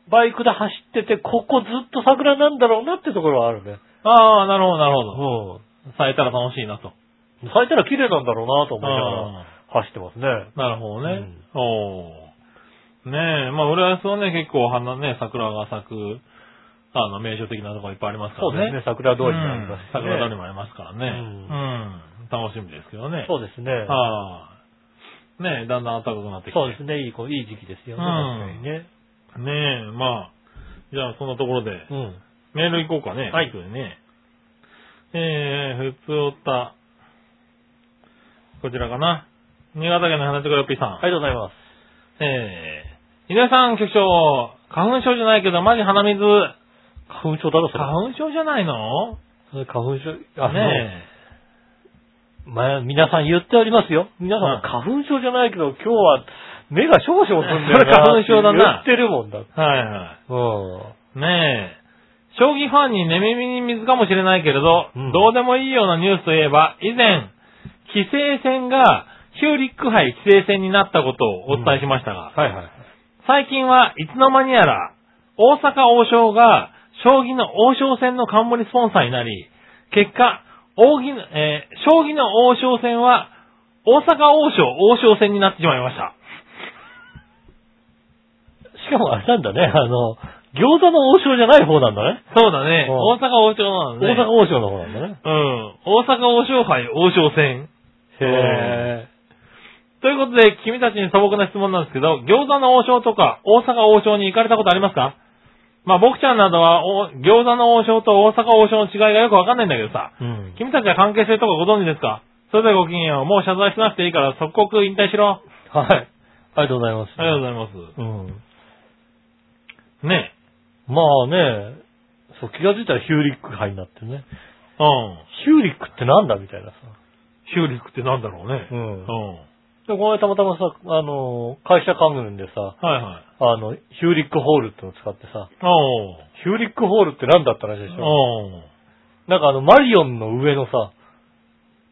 バイクで走ってて、ここずっと桜なんだろうなってところはあるね。ああ、なるほどなるほど。う咲いたら楽しいなと。ん。咲いたら綺麗なんだろうなと思いながあら走ってますね。あなるほどね。おーねえ、まあ、浦安はね、結構花ね、桜が咲く、あの、名所的なとこいっぱいありますかそうらね。ですね。桜通りになりまうんす桜通りもありますからね。うん。楽しみですけどね。そうですね。はい。ねえ、だんだん暖かくなってきて。そうですね。いい子、いい時期ですよね。うん確かにね。ねえ、まあ、じゃあそんなところで、うん。メール行こうかね。はい普通にね。えー、普通おった。こちらかな。新潟県の花ちこよっぴーさん。ありがとうございます。えー、稲井さん局長、花粉症じゃないけど、マジ鼻水。花粉症だろ、それ。花粉症じゃないのそれ花粉症、あの、ねまあ、皆さん言っておりますよ。皆さうんん花粉症じゃないけど、今日は目が少々するんだよな。それ花粉症だなって言ってるもんだ。うん。え。はいはそい。ねえ。将棋ファンに寝耳に水かもしれないけれど、うんどうでもいいようなニュースといえば、以前、棋聖戦がヒューリック杯棋聖戦になったことをお伝えしましたが、はいはい最近はいつの間にやら、大阪王将が将棋の王将戦の冠スポンサーになり、結果、王棋の、えー将棋の王将戦は、大阪王将王将戦になってしまいました。しかもあれなんだね、あの、餃子の王将じゃない方なんだね。そうだね。うん大阪王将なのね。大阪王将の方なんだね。うん。大阪王将杯王将戦。へということで、君たちに素朴な質問なんですけど、餃子の王将とか大阪王将に行かれたことありますかまあ、僕ちゃんなどは、お餃子の王将と大阪王将の違いがよくわかんないんだけどさ。ぇー。うん。君たちは関係性とかご存知ですかそれではごきげんよう。もう謝罪しなくていいから即刻引退しろ。はい。ありがとうございます。ありがとうございまうん。す。ねまあね、そう、気がついたらヒューリック派になってね。え。うん。ヒューリックってなんだみたいなさ。ヒューリックってなんだろうね。う。うんん。で、この間たまたまさ、あの、会社関連でさ、はいはい。あの、ヒューリックホールってのを使ってさ、おうヒューリックホールってなんだったらしいでしょおうなんかあの、マリオンの上のさ、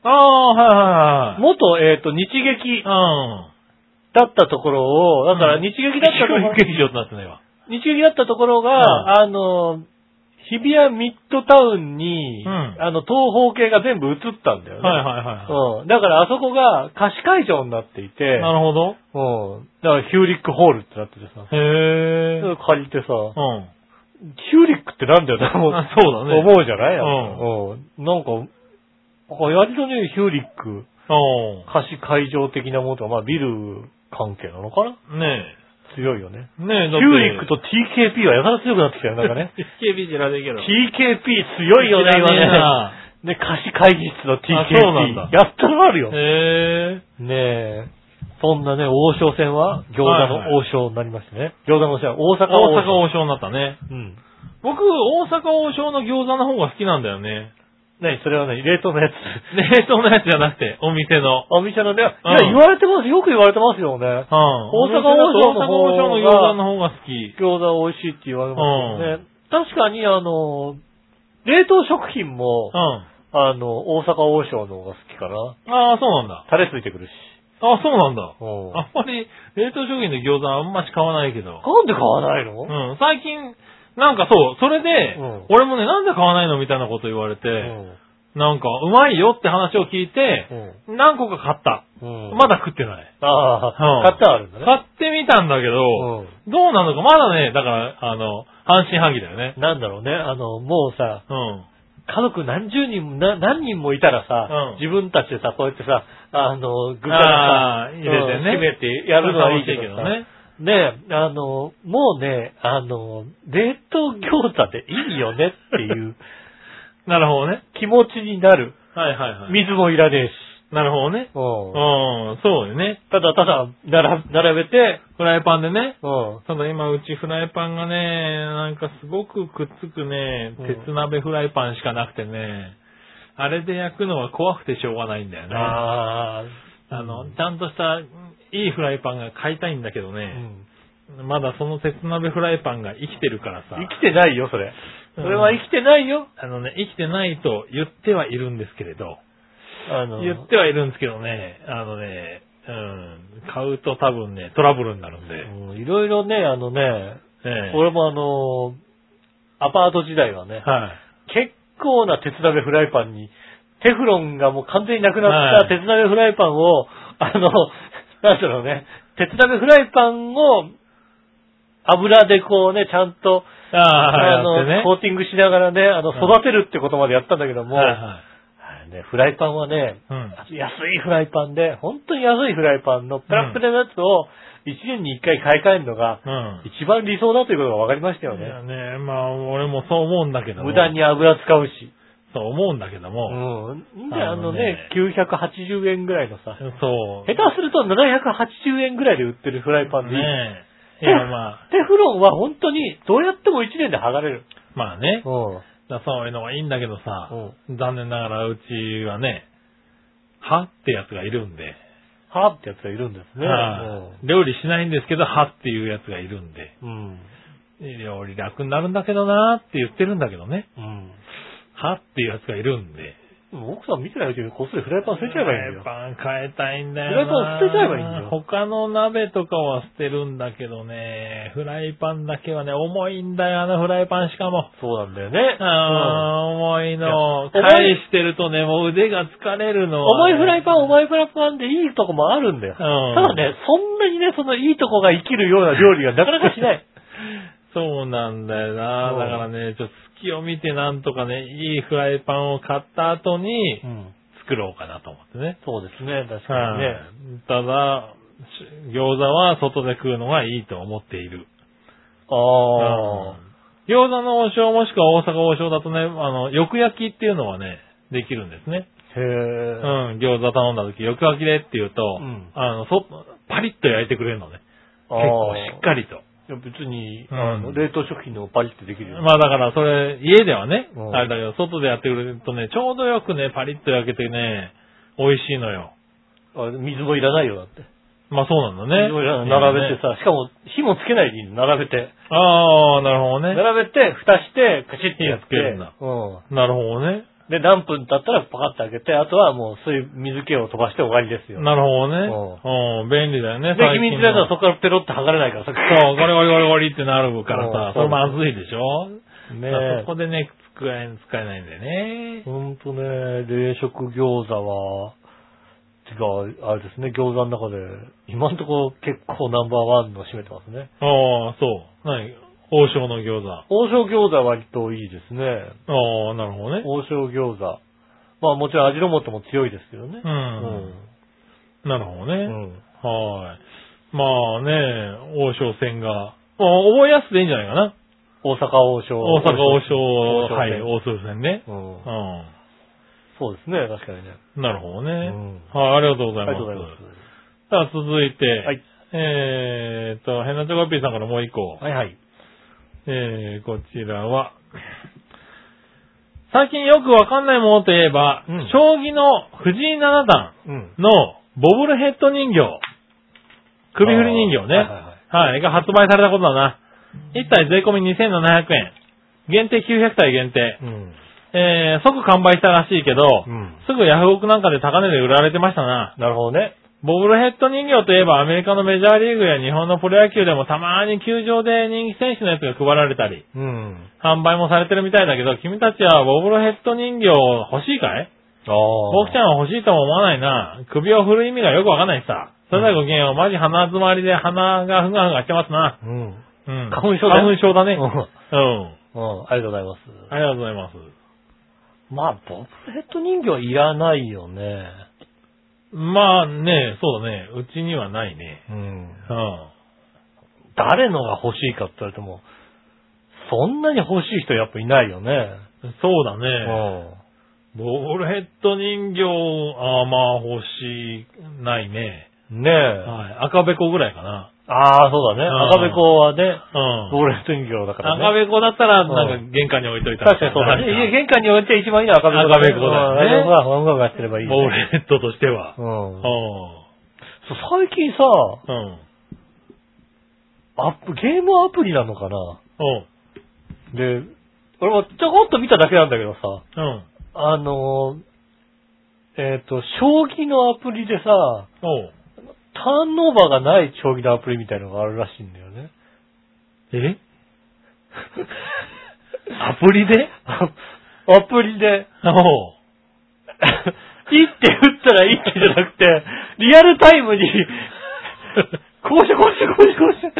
ああ、はいはいはい。元、えっ、と、日劇だったところを、だからうん日劇だったところうん。、ヒューリック劇場ってなってねえわ。日劇だったところが、うんあの、日比谷ミッドタウンに、うんあの、東方系が全部移ったんだよね。はいはいはいはうん。だからあそこが貸し会場になっていい。て、なるほど。うん。だからヒューリックホールってなっててさ、へえ。うん。借りてさ、ヒューリックってなんだよな、もうあ そうだね。思うじゃないうんうん。なんか、割とね、ヒューリック、お貸し会場的なものとか、まあビル関係なのかなうね強いよね。え。ねえ、ヒだュってーリックと TKP はやたら強くなってきたよ、なんかね。。 TKB 知らねえけど。 TKP 強いよね、知らねえ今ね。なね、貸し会議室の TKP。あそうなんだやったらあるよ。ねへえ。え。そんなね、王将戦は餃子の王将になりましてね。餃子の王将、大大阪王将。阪王将になったね。うん。僕、大阪王将の餃子の方が好きなんだよね。ねそれはね、冷凍のやつ。冷凍のやつじゃなくて、お店の。 お店のね、いやうん言われてます、よく言われてますよね。うん。大阪王将の方が大阪王将の餃子の方が好き。餃子美味しいって言われますよね。確かに、あの、冷凍食品もう、ん。あの、大阪王将の方が好きかな。ああ、そうなんだ。タレついてくるし。あそうなんだ。うんあんまり冷凍食品の餃子はあんまし買わないけど。なんで買わないの、うん。最近、なんかそう、それで、うん俺もね、なんで買わないのみたいなこと言われて、うんなんか、うまいよって話を聞いて、何個か買った。うんまだ食ってない。あうんあ、買ってあるんだね。買ってみたんだけど、どうなのか、まだね、だから、あの、半信半疑だよねう。んなんだろうね、あの、もうさ、うん。家族何十人も、な何人もいたらさうん、自分たちでさ、こうやってさ、あの、具あからーさ、入れてねうん決めてやるのはいいけどね。ね。ねえ、あの、もうね、あの、冷凍餃子でいいよねって いうなるほどね。気持ちになる。はいはいはい。水もいらねえし。なるほどね。うんうん、そうよね。ただただ並べ、並べて、フライパンでね。うんただ今うちフライパンがね、なんかすごくくっつくね、鉄鍋フライパンしかなくてね、あれで焼くのは怖くてしょうがないんだよね。あああ、の、ちゃんとした、いいフライパンが買いたいんだけどうね、んまだその鉄鍋フライパンが生きてるからさ。生きてないよ、それ。それは生きてないよ。あのね、生きてないと言ってはいるんですけれど、あの、言ってはいるんですけどね、あのね、うん、買うと多分ね、トラブルになるんで、うんいろいろね、あのね、ええ俺もあの、アパート時代はね、はい。結構な鉄鍋フライパンに、テフロンがもう完全になくなはったい鉄鍋フライパンを、あの、 なんだろうね、鉄鍋フライパンを油でこうね、ちゃんと、ああ、あやってねの、コーティングしながらね、あの、うん育てるってことまでやったんだけども、はいはいね、フライパンはね、うん安いフライパンで、本当に安いフライパンのプラプラのやつを1年に1回買い替えるのがうん。一番理想だということが分かりましたよいやね。ね、まあ、俺もそう思うんだけども。無駄。に油使うし。そう思うんだけどうも。ん。で、あのね、あ980円ぐらいのさ、そう。下手すると780円ぐらいで売ってるフライパンでいい。ねえ。テいや、まあ、テフロンは本当にどうやっても1年で剥がれる。まあね。うん。だからそういうのはいいんだけどさ、残念ながらうちはね、はってやつがいるんで、はってやつがいるんですね。はい料理しないんですけど、はっていうやつがいるんで、うん。料理楽になるんだけどなーって言ってるんだけどね、うん。はっていうやつがいるんで、うん。奥さん見てないうちにこっそりフライパン捨てちゃえばいいんだよフ。ライパン変えたいんだよな。フライパン捨てちゃえばいいんだよ他の鍋とかは捨てるんだけどね、フライパンだけはね、重いんだよ、あのフライパンしかも。そうなんだよね。あー重いの。いや重い返してるとね、もう腕が疲れるの。重いフライパい。ン、重いフライパンでいいとこもあるんだよ。うたん。だ。ね、そんなにね、そのいいとこが生きるような料理がなかなかしない。そうなんだよな。うんだからね、ちょっと隙を見てなんとかね、いいフライパンを買った後にん。作ろうかなと思ってね。そうですね、確かはにいね。ただ、し餃子は外で食うのがいいと思っている。ああ。餃子の王将もしくは大阪王将だとね、あの、翌焼きっていうのはね、できるんですね。へうん、え。餃子頼んだ時、翌焼きでって言うと、うんあの、そ、パリッと焼いてくれるのね。あ結ー構しっかりと。いや別うに、んあの冷凍食品のパリってできるよ。まあだから、それ、家ではねう、んあれだけど、外でやってくれるとね、ちょうどよくね、パリッと焼けてね、美味しいのよ。あ水もいらないよ、だって。まあそうなんだね。水もいらない。並べてさ、しかも火もつけないでいいの並べて。ああ、なるほどね。並べて、蓋して、カチッてやっ火つけて。るんだうん。なるほどね。で、何分経ったらパカッと開けて、あとはもうそういう水気を飛ばして終わりですよ。なるほどね。うん、便利だよね。で、最秘近密の裏だとそこからペロって剥がれないからさ。そう、ゴリゴリゴリゴリってなるからさ、それそうまずいでしょねだからえそ。こでね、使え、使えないんだよね。ほんとね、冷食餃子は、てか、あれですね、餃子の中で、今んとこ結構ナンバーワンの占めてますね。ああ、そう。何王将の餃子。あ王将餃子は割といいですね。あ、なるほどね。王将餃子。まあもちろん味の素も強いですけどね。う。うんなるほどうね。ん。はーい。まあね、王将戦が。まあ、覚えやすでいいんじゃないかな。大阪王将。大阪王将、将は戦い、王将戦ね。うんう。そうですね、確かにね。ん。なるほどね。うんはい、ありがとうござあいま。りがとうございますさあ、続いて、はいえーっと、ヘナチョコピーさんからもう一個。す。はいはい。えー、こちらは、最近よくわかんないものといえば、うん将棋の藤井七段うん。のボブルヘッド人形、首振り人形ね、はいはいはいはいが発売されたことだな。1体税込み2700円。限定900体限定。うん。えー、即完売したらしいけど、うんすぐヤフオクなんかで高値で売られてましたな。なるほどね。ボブルヘッド人形といえばアメリカのメジャーリーグや日本のプロ野球でもたまに球場で人気選手のやつが配られたり、うん。販売もされてるみたいだけど、君たちはボブルヘッド人形欲しいかいああ。僕ちゃんは欲しいとも思わないな。首を振る意味がよくわかんないしさ。それだけごきげんよう。マジ鼻詰まりで鼻がふがふがしてますな。うん。うん。花粉症だね花粉症だね。ううんん。うん、ありがとうございます。ありがとうございます。まあ、ボブルヘッド人形はいらないよね。まあね、そうだね。うちにはないね。うん。うん。誰のが欲しいかって言われても、そんなに欲しい人やっぱいないよね。そうだうね。ん。ボールヘッド人形、あーまあ欲しい、ないね。ねえ。はい。赤べこぐらいかな。ああ、そうだね。うん赤べこはね、うん。ボールヘッド人形だからね。赤べこだったら、んなんか玄関に置いといたら。確かにそうだね。なんか家玄関に置いて一番いいのは赤べこだね。赤べこだよねうん赤べこが、ワンワンワンしてればいいね。ボールヘッドとしては。う。うんん。そう最近さ、うん。赤アップ、ゲームアプリなのかなうん。で、俺もちょこっと見ただけなんだけどさ、うん。あのー、えっ、と、将棋のアプリでさ、おう。ターンオーバーがない将棋のアプリみたいのがあるらしいんだよね。えアプリでア アプリで、 おう。一手打ったら一手じゃなくて、リアルタイムに、こうしてこうしてこうしてこうして、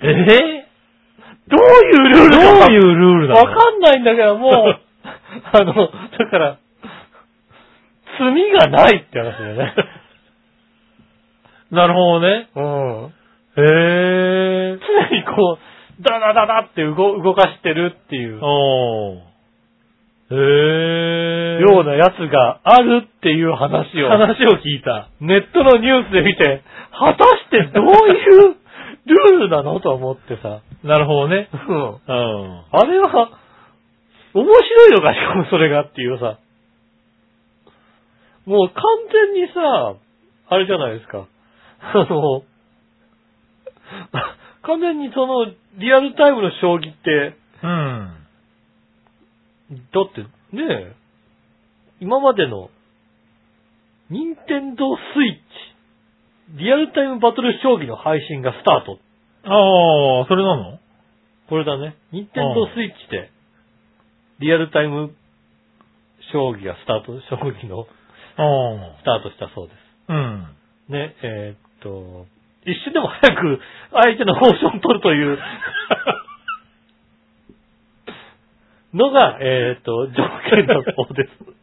えぇどういうルールどうかいうルールだわかんないんだけど、もう、あの、だから、罪がないって話だよね。なるほどね。うん。へぇ常にこう、ダダダダって動動かしてるっていうおう。へぇようなやつがあるっていう話を、話を聞いた。ネットのニュースで見て、果たしてどう いうルールなのと思ってさ。なるほどね。ううん。ん。あれは、面白いのか、しかもそれがっていうさ。もう完全にさ、あれじゃないですか。あの、 完全にその、リアルタイムの将棋って、うん。だってね、今までの、任天堂スイッチ、リアルタイムバトル将棋の配信がスタート。ああ、それなのこれだね。任天堂スイッチで、リアルタイム将棋がスタート、将棋のあスタートしたそうであ。うん。す。ね、えーっと、一瞬でも早く相手の方針を取るというのが、えーっと、条件だそう です。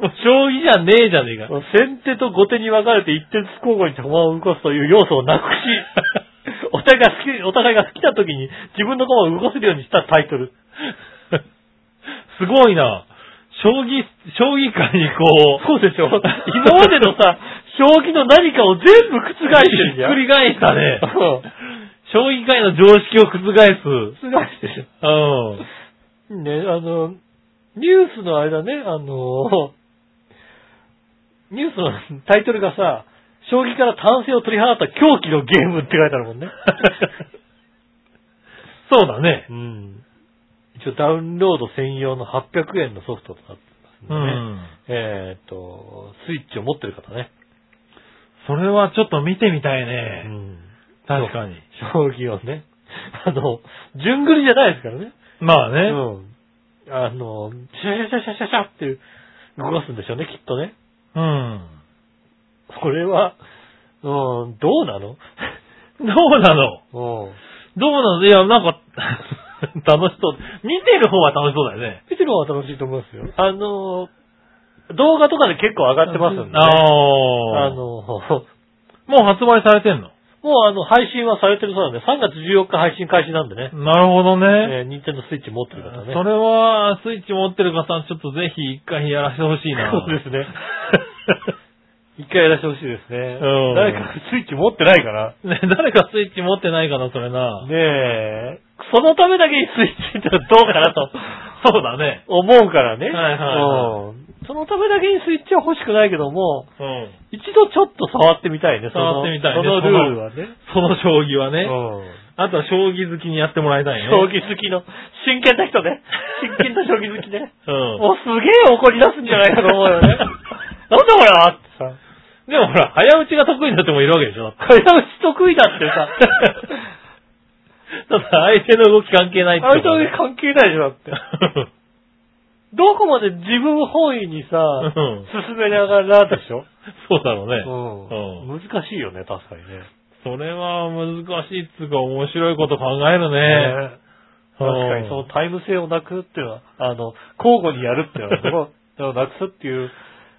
もう将棋じゃねえじゃねえか。先手と後手に分かれて一手ずつ交互に駒を動かすという要素をなく し、お互いが好き、お互いが好きな時に自分の駒を動かせるようにしたタイトル。すごいな。将棋、将棋界にこう。そうでしょ今までのさ、将棋の何かを全部覆してるじゃひっくん。り返したねうん 将棋界の常識を覆す。覆してる。うん。ね、あの、ニュースの間ね、あの、 ニュースのタイトルがさ、将棋から単性を取り払った狂気のゲームって書いてあるも んね。そうだね。うん。一応ダウンロード専用の800円のソフトとなってますうのでね。ん。えーっと、スイッチを持ってる方ね。それはちょっと見てみたいうね。ん。確かに。将棋をね。 あの、順繰りじゃないですからね。まあうね。ん。あの、シャシャシャシャシャシャっていう動かすんでしょうね、きっとね。うん。これは、うん、どうなの どうなのうん。どうなのいや、なんか、 楽しそう。見てる方は楽しそうだよね。見てる方は楽しいと思いますよ。あの、動画とかで結構上がってますんで、ね。あああ。の、 もう発売されてんのもうあの、配信はされてるそうなんで、3月14日配信開始なんでね。なるほどね。えー、ニンテンドスイッチ持ってる方ね。それは、スイッチ持ってる方、ちょっとぜひ一回やらせてほしいな。そうですね。 一回やらせてほしいですね。うん誰かスイッチ持ってないから。ね、誰か スイッチ持ってないかな、それな。ねえ、そのためだけにスイッチってのはどうかなとそうだね。思うからね。はいはいはうんそのためだけにスイッチは欲しくないけども、うん。一度ちょっと触ってみたいね。その触ってみたいねそのルールはね。その将棋はうね。んあとは将棋好きにやってもらいたいね。将棋好きの、真剣な 人ね。真剣な将棋好きね。うん。もうすげえ怒り出すんじゃないかと思う よね。なんだこれはってさ。でもほら、早打ちが得意な人もいるわけでしょ。早打ち得意だってさ。 ただ相手の動き関係ないってこ相手とね。関係ないじゃんだって。どこまで自分本位にさ、うん進めながらでしょ、そうだろうね。うんうん難しいよね、確かにね。それは難しいっつうか面白いこと考えるね。ね確かにそのタイム性をなくっていうのは、あの、交互にやるっていうのは、そ の、それをなくすっていう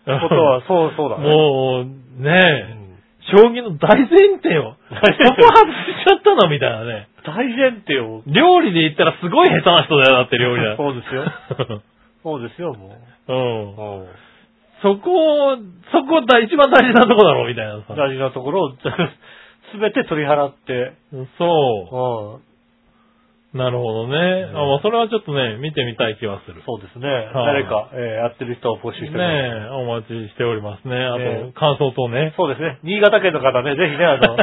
ことは、そうそうだね。もう、うねえ、ん将棋の大前提 を、告大発し前提ちゃったのみたいなね。大前提を。料理で言ったらすごい下手な人だよ、だって料理だ。そうですよ。そうですよ、もう。 うん。うんそこを、そこだ、一番大事なとこだろ、みたいなさ。大事なところを すべて取り払って、そう。うんなるほどね。あまあ、それはちょっとね、見てみたい気はする。そうですね。はい誰か、えーやってる人を募集してねおりまえ、お待ちしておりますね。あえと、感想等ね す。。そうですね。新潟県の方ね、ぜひね、あの、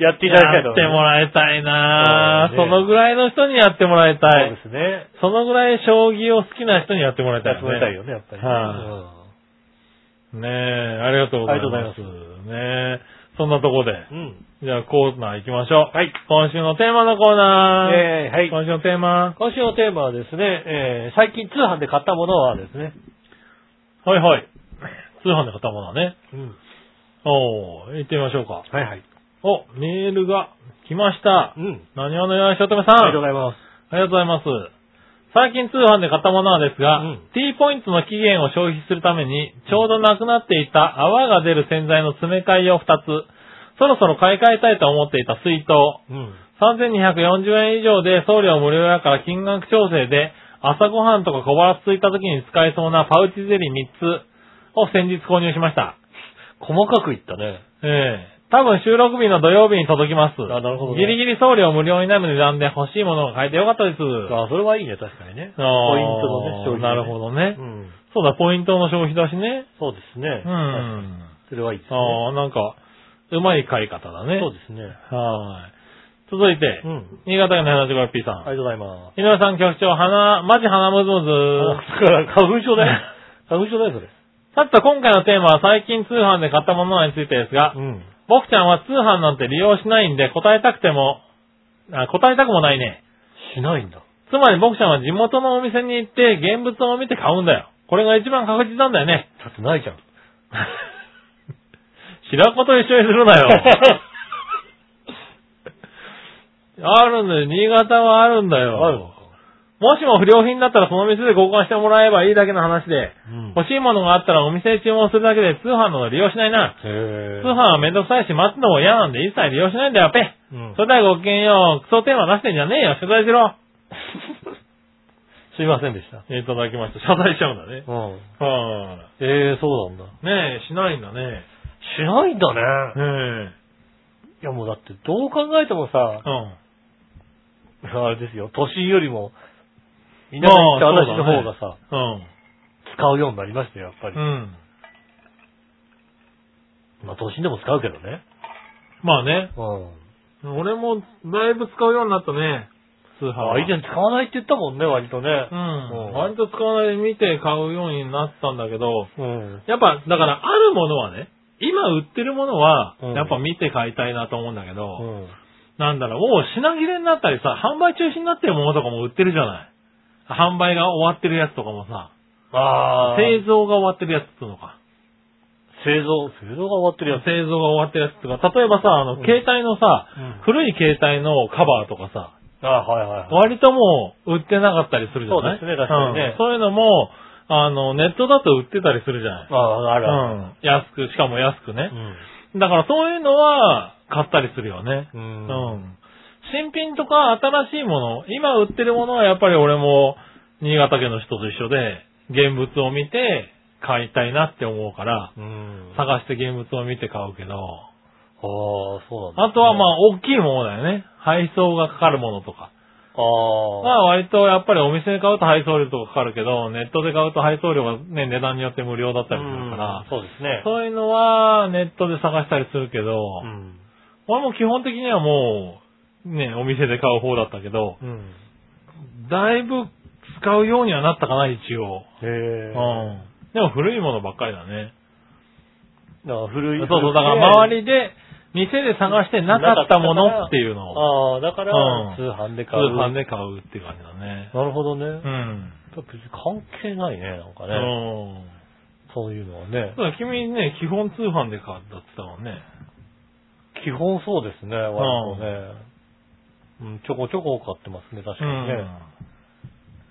やっていただきたいとやっ思いてもまらいたいなぁ。そそうねのぐらいの人にやってもらいたす。い。そうですね。そのぐらい将棋を好きな人にやってもらいたいやっよね。てもらいたいよね、やっぱりね。はいねえ、ありがとうございます。ありがとうごねえ、そんなとこで。うん。うん。じゃあコーナー行きましょう。はい。今週のテーマのコーナー。えーはい。今週のテーマ。今週のテーマはですね、えー最近通販で買ったものはですね、はいはい。通販で買ったものはね。うん。おー、行ってみましょうか。はいはい。お、メールが来ましたう。ん。何をのよいしおとめさん。ありがとうございます。ありがとうございます。最近通販で買ったものはですが、うん T ポイントの期限を消費するために、ちょうどなくなっていた泡が出る洗剤の詰め替えを2つ、そろそろ買い替えたいと思っていた水筒、うん。 3240円以上で送料無料やから金額調整で、朝ごはんとか小腹すいた時に使えそうなパウチゼリー3つを先日購入しました。細かくいったね。ええ多分収録日の土曜日に届きます。あなるほどねギリギリ送料無料になる値段で欲しいものが買えてよかったです。あ、それはいいね、確かにね。ポインあートのね、消費、ね。なるほどど。うね。ん。そうだ、ポイントの消費だしね。そうですね。うん。はいそれはいいですね。ああ、なんか、うまい買い方だね。そうですね。はーい。続いて、うん。新潟県の 75P さん。ありがとうございま井上さん局長、鼻、マジ鼻ムズす。ムズ。あだから、花粉症 だよ。花粉症だよ、それ。さて、今回のテーマは最近通販で買ったものについてですが、ん。僕ちゃんは通販なんて利用しないんで答えたくても、あ答えたくもないね。しないんだ。つまり僕ちゃんは地元のお店に行って現物を見て買うんだよ。これが一番確実なんだよね。だってない じゃん。白子と一緒にするな よ。あるんだよ。新潟はあるんだあるよ。のか。もしも不良品だったらその店で交換してもらえばいいだけの話で、うん欲しいものがあったらお店へ注文するだけで通販の利用しないな。へ通え。販はめんどくさいし待つのも嫌なんで一切利用しないんだよ、ペ。うんそ。れではごきげんよう。クソテーマ出してんじゃねえよ。謝罪しろ。すいませんでした。いただきました。謝罪しちゃうんだね。うん。はええ、そうなんだ。い。ねえ、しないんだね。しないんだね。ねいや、もうだって、どう考えてもさ、え。うん。 あれですよ、都心よりも、田舎に行った私の方がさ、うん。使うようになりましたよ、やっぱり。うん。まあ、都心でも使うけどね。まあね。うん。俺もだいぶ使うようになったね。通販は。あ、以前使わないって言ったもんね、割とねう。うんん。割と使わないで見て買うようになったんだけど、うん。やっぱ、だからあるものはね、今売ってるものは、うんやっぱ見て買いたいなと思うんだけうど、ん。なんだろう、もう品切れになったりさ、販売中止になってるものとかも売ってるじゃない。販売が終わってるやつとかもさ、ああ。製造が終わってるやつっていうのか。製造、製造が終わってるやつ。製造が終わってるやつとか、例えばさ、あの、うん携帯のさ、うん古い携帯のカバーとかさ、あはいはいはい。割ともう売ってなかったりするじゃないそうですね確かにねうんそういうのも、あの、ネットだと売ってたりするじゃないああ、あるある。うん。安く、しかも安くねう。ん。だからそういうのは買ったりするよね。う。うん新品とか新しいもの、今売ってるものはやっぱり俺も新潟県の人と一緒で、現物を見て買いたいなって思うから、うん。ああ、探して現物を見て買うけど、そうなんだ。あとはまあ、あ大きいものだよね。配送がかかるものとか。まああ。あ割とやっぱりお店で買うと配送料とかかかるけど、ネットで買うと配送料がね、値段によって無料だったりするからうん、そうですね。そういうのはネットで探したりするけど、うん。俺も基本的にはもう、ね、お店で買う方だったけど、うん。だいぶ使うようにはなったかな、一応。うへえ。ん。でも古いものばっかりだね。だから古い。そうそう、だから周りで、店で探してなかったものっていうのを、ああ、だからう、ん通販で通買う。販。で買うっていう感じだね。なるほどね。うん。別に関係ないね、なんかうね。ん。そういうのはねた。だ君ね、基本通販で買ったって言ってたもんね。基本そうですね、割とね。うん、ちょこちょこ買ってますね、確かにね。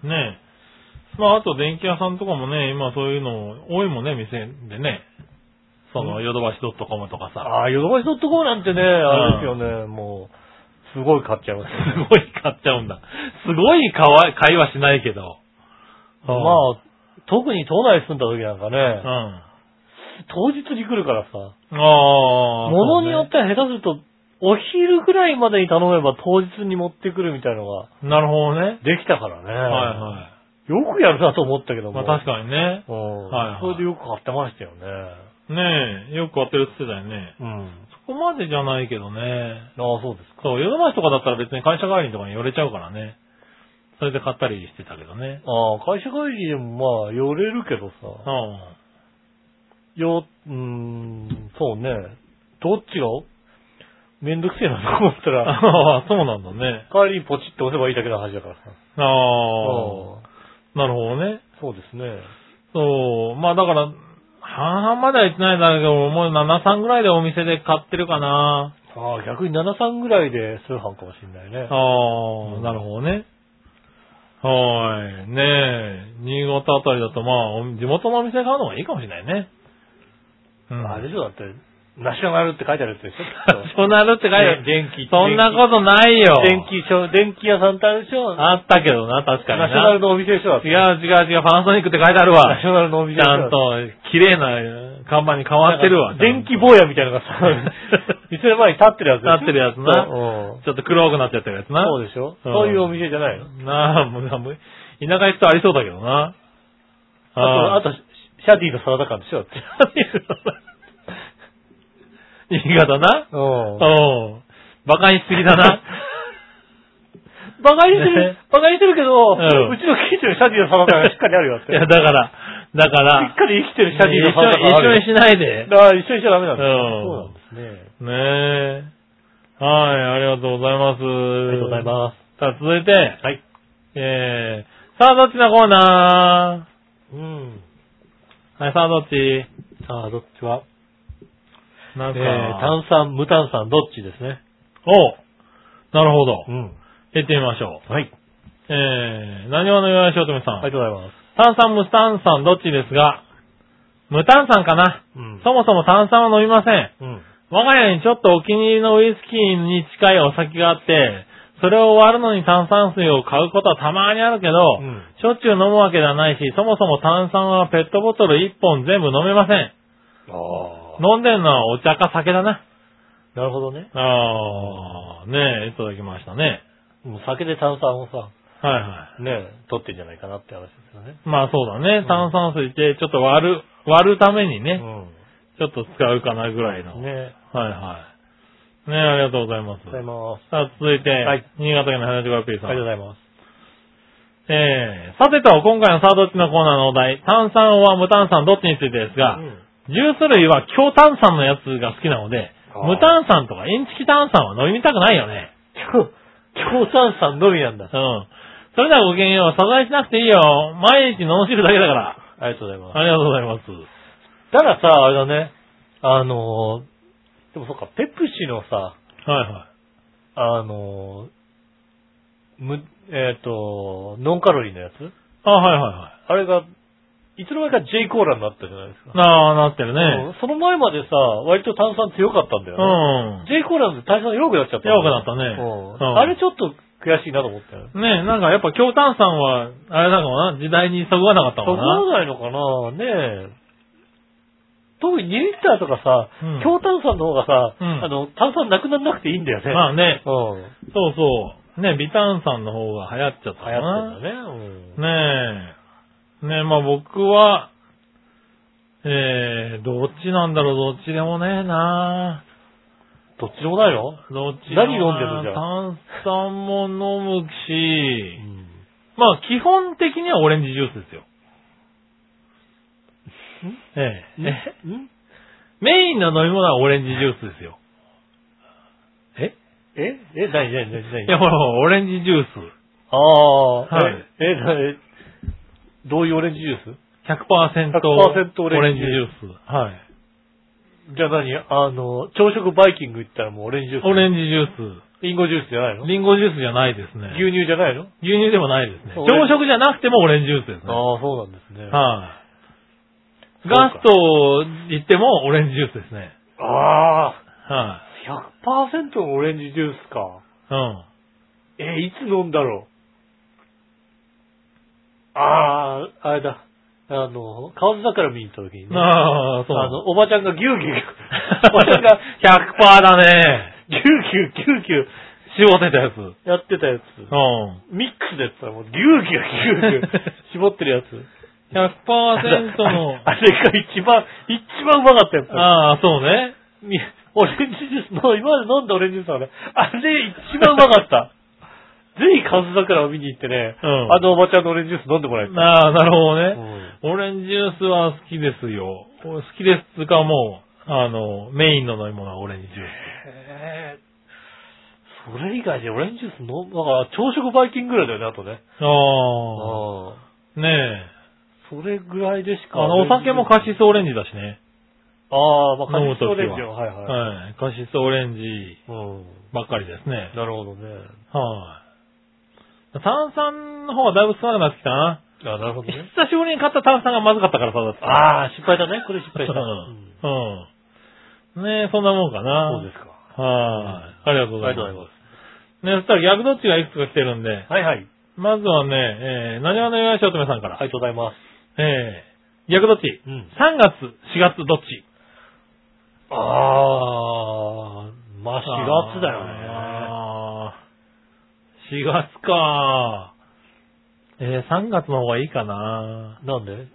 うん。ねえ。まあ、あと電気屋さんとかもね、今そういうの多いもんね、店でね。そうの、んヨドバシドットコムとかさ。ああ、ヨドバシドットコムなんてね、あれですよね、もう、すごい買っちゃいます、すごい買っちゃうんだ。すごい買わ買いはしないけど。まああ、特に都内住んだ時なんかうね、ん。当日に来るからさ、ああ。物によっそては下手すると、お昼ぐらいまでに頼めば当日に持ってくるみたいのがうねなるほどね。できたからね。はいはよくやるなと思ったけどい。まも。あ確かにね。うんはいはいそれでよく買ってましたよね。ねえ、よく当てるって言ってたよね。うん。そこまでじゃないけどね。ああ、そうですか。そう、夜の街とかだったら別に会社帰りとかに寄れちゃうからね。それで買ったりしてたけどね。ああ、会社会議でもまあ、寄れるけどうさ、ん。よ、うーん、そうね。どっちがめんどくせえなと思ったら、 ああ、そうなんだね。代わりにポチって押せばいいだけの話だからさ。ああ、なるほどね。あそうですね。そう、まあだから、半々までは行ってないだろうけど、もう7、3ぐらいでお店で買ってるかな。ああ、逆に73ぐらいで通販かもしれないね。あうあ、んなるほどね。はーい。ねえ、新潟あたりだとまあ、お地元のお店で買うのがいいかもしれないね。うん。あれでしょだって、ナショナルって書いてあるやつでしょ そうなるって書いてある。電気 そんなことないよ。電気、商電気屋さんってあるでしょあったけどな、確かにナショナな。ルのお店でしょだって違う違う違う、パナソニックって書いてあるわ。ナショナルのお店ちでしょゃんと、綺麗な看板に変わってるわ。電気ち坊やみたい なのがさ、店の前に立ってるやつでしょ立ってるやつなそううんゃんとちょっと黒くなっちゃってるやつな。そうでしょそういうお店じゃないのなあ、もう、もう田舎行くとありそうだけどな。あと、あと、あシャディのサラダ缶でしょだって。ー、新潟な。うんうん。馬鹿にしすぎだ な。バカにしてるね、バカにしてるけど、ううんちの近所にシャディのサラダ缶がしっかりあるよだっいて。や、だから、だかしらっ、かり生きてるシャディ一のサラダ缶あ緒るによ。しない で。だから一緒にしちゃダメなんだうよん。そうなんですね。ねえ。はい、ありがとうございます。あありがとうございます。す。さあ、続いて、はい。えー、さあ、どっちのコーナうん。ーはい、さあ、どっちさあ、どっちはなえんーか、炭酸、無炭酸、どっちですね。おうなるほど。ん。行ってみましょう。はい。えー、何話の岩井しおとめさん。ありがとうございま炭す。酸、無炭酸、どっちですが、無炭酸かな。うんそもそも炭酸は飲みません。うん。我が家にちょっとお気に入りのウイスキーに近いお酒があって、それを割るのに炭酸水を買うことはたまにあるけど、うんしょっちゅう飲むわけではないし、そもそも炭酸はペットボトル1本全部飲めません。あ飲んでるのはお茶か酒だな。あ。なるほどね。あー、ねえ、いただきましたね。もう酒で炭酸をさ、はいはね、取ってんじゃないかなって話ですよね。い。まあそうだねう。ん炭酸水ってちょっと割る、割るためにね、うちょっと使うかなぐらいの。ん。はいね。はい。ねえ、ありがとうございますありがとうご。ざいます。さあ、続いて、はい新潟県の花島 P さん。ありがとうございます。えー、さてと、今回のサードっちのコーナーのお題、炭酸は無炭酸どっちについてですが、ジュース類は強炭酸のやつが好きなので、あー無炭酸とかインチキ炭酸は飲みたくないよね。強、強炭酸のみなんうだ。ん。それではごきげんよう、謝罪しなくていいよ。毎日飲んしるだけだから。ありがとうございます。 ありがとうございます。たださ、あれだね、あのー、でもそっか、ペプシのさ、はいはあのー、む、えっ、と、ノンカロリーのやつい。あ、はいはいはあれが、いつの間にか J コーラになったじゃないですい。か。なあ、なってるね。うんその前までさ、割と炭酸強かったんだうよんね。。J コーラの対象弱くなっちゃった。弱くなったねううんん。あれちょっと悔しいなと思ったよ。ねえ、なんかやっぱ強炭酸は、あれだもな、時代にそぐわなかったそもこんな。はないのかなねえ。特に2リッターとかさうん、強炭酸の方がさ、うんあの、炭酸なくならなくていいんだよね。まあね、うん。流行そうそう。ね、ビタンさんの方が流行っちゃったかっな。てんだね。ねえ。ねえ、まあ僕は、えー、どっちなんだろう、どっちでもねえなどっちでもないのどっちでも何飲んでるのじゃあ炭酸も飲むうし、ん。まあ基本的にはオレンジジュースですよ。ええ。えんメインの飲み物はオレンジジュースですよ。えええ何何何何いや、ほらほら、オレンジジュース。ああ、はいえ、え、なえどういうオレンジジュー 100%, 100%オオレンレンジジジュジース。はい。スじゃあ何あの、朝食バイキング行ったらもうオレンジジュース。オレンジジューリンゴジュースじゃないのス。リンゴジュースじゃないですね。牛乳じゃないの牛乳でもないですね。オレ朝ンジ食じゃなくてもオレンジジュースですね。はい、ああ、そうなんですね。そうかガスト行ってもオレンジジュースですね。あはあ、100%のオレンジジュースか。い、うん。えー、いつ飲んだろう。ああ、あれだ。あの、河津桜見に行った時にね。あああ、そうなの、の。おばちゃんがギュウギュウ、おばちゃん が100%だね。ギュウギュウギュウギュ絞ってたやつ。うん。ウやってたやつ。ミックスでやってたらもうギュウギュウギュウギュウ絞ってるやつ。 100%の、あれが一番、一番うまかったやつ。 ああ、そうね。みオレンジジュースの、今まで飲んだオレンジジュースはね、あれ一番うまかった。 ぜひカズ桜を見に行ってね、うんあのおばちゃんのオレンジジュース飲んでもらいたい。ああ、なるほどね。うんオレンジジュースは好きですよ。好きですつうかもう、あの、メインの飲み物はオレンジジュース。へーそれ以外でオレンジジュース飲む、だから朝食バイキングぐらいだよね、あとね。ああああ、ねえ。それぐらいでしあか。の、お酒もカシスオレンジだしね。ああ、まあ、カ飲むシスときはオレンジは、はいはい。はい。カシスオレンジうん。ばっかりですね。なるほどね。はい。炭酸の方はだいぶ少なくなってきたな。あなるほど ね。久しぶりに買った炭酸がまずかったからさ、だって。ああ、失敗だね。これ失敗した。うんうん。うん。ねえ、そんなもんかな。そうですか。す。はい。ありがとうごあざいりがまとうございす。まね、そしたら逆どっちがいくつか来てるんで、す。はいはい。まずはね、えー、何話のよやしおとめさんから。ありがとうございまえー、逆どっち、す。うん。 ?3 月、4月どっちああ、まあ、4月だよね。あー4月か。えー、3月の方がいいかな。なんで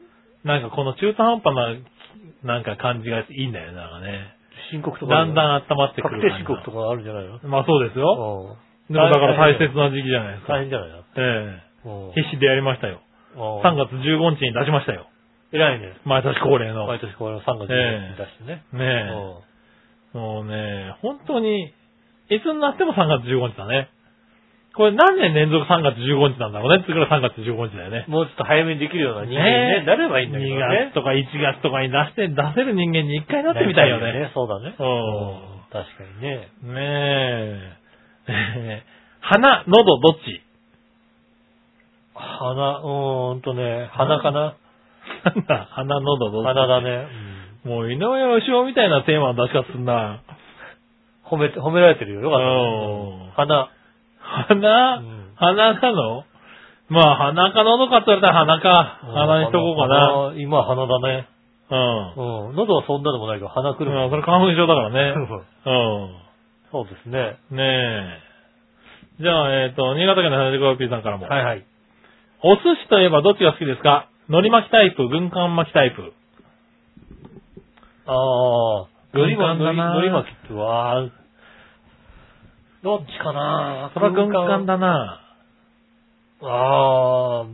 なんかこの中途半端な、なんか感じがいいんだよね、なんかね。申告とかあだるんの。だん温まってく確る定感申じ告とかあるんじゃないのまあそうですよ。うんでもだから大切な時期じゃないですか。大変じゃないのえうんえ必死でやりましたよ。うん3月15日に出しましたよ。偉いね。毎年恒例の。毎年これ3月に出してね。ねえ。もうね、本当に、いつになっても3月15日だね。これ何年連続3月15日なんだろうねってくらい3月15日だよねうん。もうちょっと早めにできるような人間にねねえなればいいんだけど2ね月。とか1月とかに出して、出せる人間に一回なってみたいよね。。そうだね。ううん確かにね。ん。ねえ。 鼻、喉、どっち 鼻、うーんとね、鼻かな。鼻、鼻、喉、どっち鼻だね。。もう井上義雄みたいなテーマの出し方すんな。うん褒めて、褒められてるよ。よかうんったね。鼻、うん鼻なのまあ、鼻か喉かって言われたら鼻か。鼻。鼻にしとこうかな。鼻。今は鼻だね。うん。うん。喉はそんなでもないけど、鼻くるもうんん、それ花粉症だからね。うんう そうですね。ん。ねえ。じゃあ、えっ、と、新潟県の花でごよぴーさんからも。はいはい。お寿司といえばどっちが好きですか海苔巻きタイプ、軍艦巻きタイプ。ああ、のり巻軍き、艦のだなり巻きって、わあ、どっちかなそれは軍艦。だな。ああ、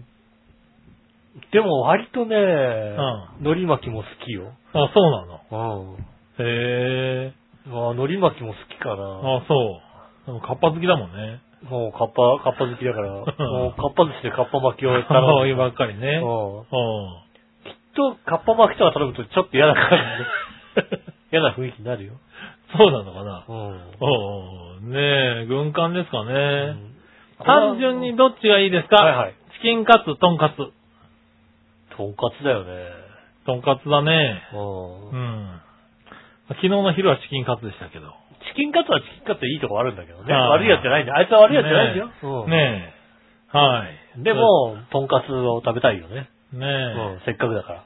でも割とね、うのり巻きも好きよ。あ、そうなの。うん。へえ。ああ、のり巻きも好きかな。あ、そう。でもカッパ好きだもんね。もう、カッパ、カッパ好き だから、もう、カッパ寿司でカッパ巻きを頼可む。 愛いばっかりね。うん。うんと、カッパ巻きとか頼むとちょっと嫌な感じ で、嫌な雰囲気になるよ。そうなのかな。うん。うん。ねえ、軍艦ですかね。うん単純に、どっちがいいですか、はいはいチキンカツ、トンカツ。とんかつだよね。トンカツだね。うんうん。昨日の昼はチキンカツでしたけど。チキンカツはチキンカツでいいとこあるんだけどね。ああ悪いやつじゃないんだ。あいつは悪いやつじゃないんだよ。うんねえ。はい。で、も、とんかつを食べたいよね。ねうえ。ん、せっかくだから。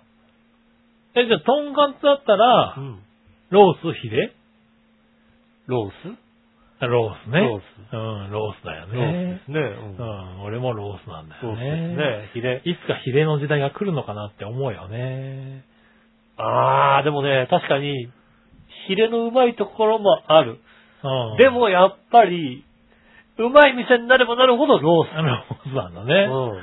え、じゃあ、トンカツだったら、ん。ロース、ヒレロースロースね。ロースうん、ロースだよローねス。ですね。う。うんん、俺もロースなんだロよースね。ですね。ヒレ。いつかヒレの時代が来るのかなって思うよね。あー、でもね、確かに、ヒレのうまいところもある。うん。で、も、やっぱり、うまい店になればなるほどロース。ロースなんだうね。うん。ん。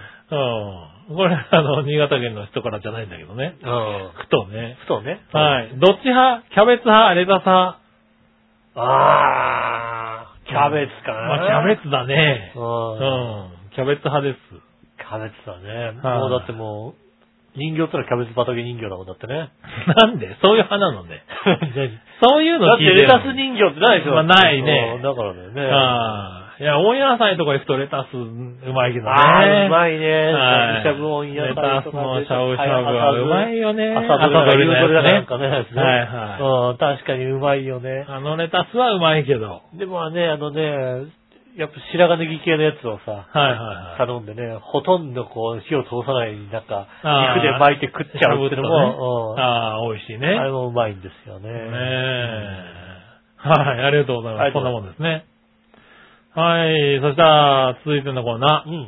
これ、あの、新潟県の人からじゃないんだけどね。うん。ふとね。ふとね。はい。どっち派キャベツ派レタス派あー、キャベツかな。まあ、キャベツだね。ううん。ん。キャベツ派です。 キャベツだね。はいもうだってもう、人形ってのはキャベツ畑人形だもんだってね。なんで そういう派な のね。そういうのだっ聞ていてレるのタス人形ってないでしょ。まあないねうんだからだよね。ああ。いや、温野菜とか行くとレタスうまいけどね。あーうい。まいね。はいしゃぶ温野レ菜タとスかのでしゃぶしゃぶはうまいよね。朝どれだか夕どれだかなんね。かね。はいはい。うん、確かにうまいよね。あのレタスはうまいけど。はいでもね、あのね、やっぱ白髪ネギ系のやつをさ、はい はい。頼んでね、ほとんどこう火を通さない、なんか、あー肉で巻いて食っちゃうってのも、うんああ、美味しいね。あれもうまいんですよね。ねえ。はい、ありがとうございまあす。こりがとんなうございもんですね。はい、そしたら、続いてのコーナうー。ん。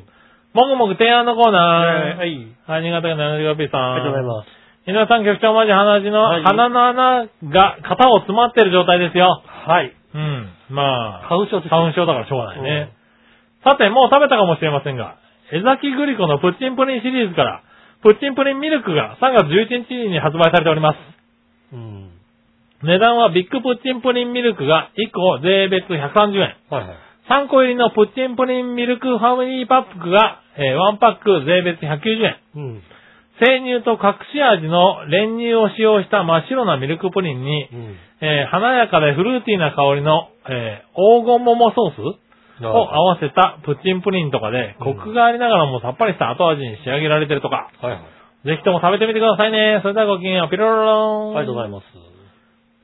まもぐもぐ提案のコーナー。はい。ありはい、新潟県の 75P さん。がとうございます。皆さん、局長マジ鼻血の、はい鼻の穴が、肩を詰まってる状態ですよ。はい。うん。まあ、花粉症です。花粉症だからしょうがないね。さて、もう食べたかもしれませんが、江崎グリコのプッチンプリンシリーズから、プッチンプリンミルクが3月11日に発売されております。うん。うん。値段はビッグプッチンプリンミルクが1個税別130円。はいはい。 3個入りのプッチンプリンミルクファミリーパックが、えー1パック税別190円。うん。生乳と隠し味の練乳を使用した真っ白なミルクプリンにう、ん。えー華やかでフルーティーな香りの、えー黄金桃ソースを合あわせたプッチンプリンとかで、うんコクがありながらもさっぱりした後味に仕上げられてるとか。はいはい。ぜひとも食べてみてくださいね。それではごきげんよう。ピロロローン。ありがとうございます。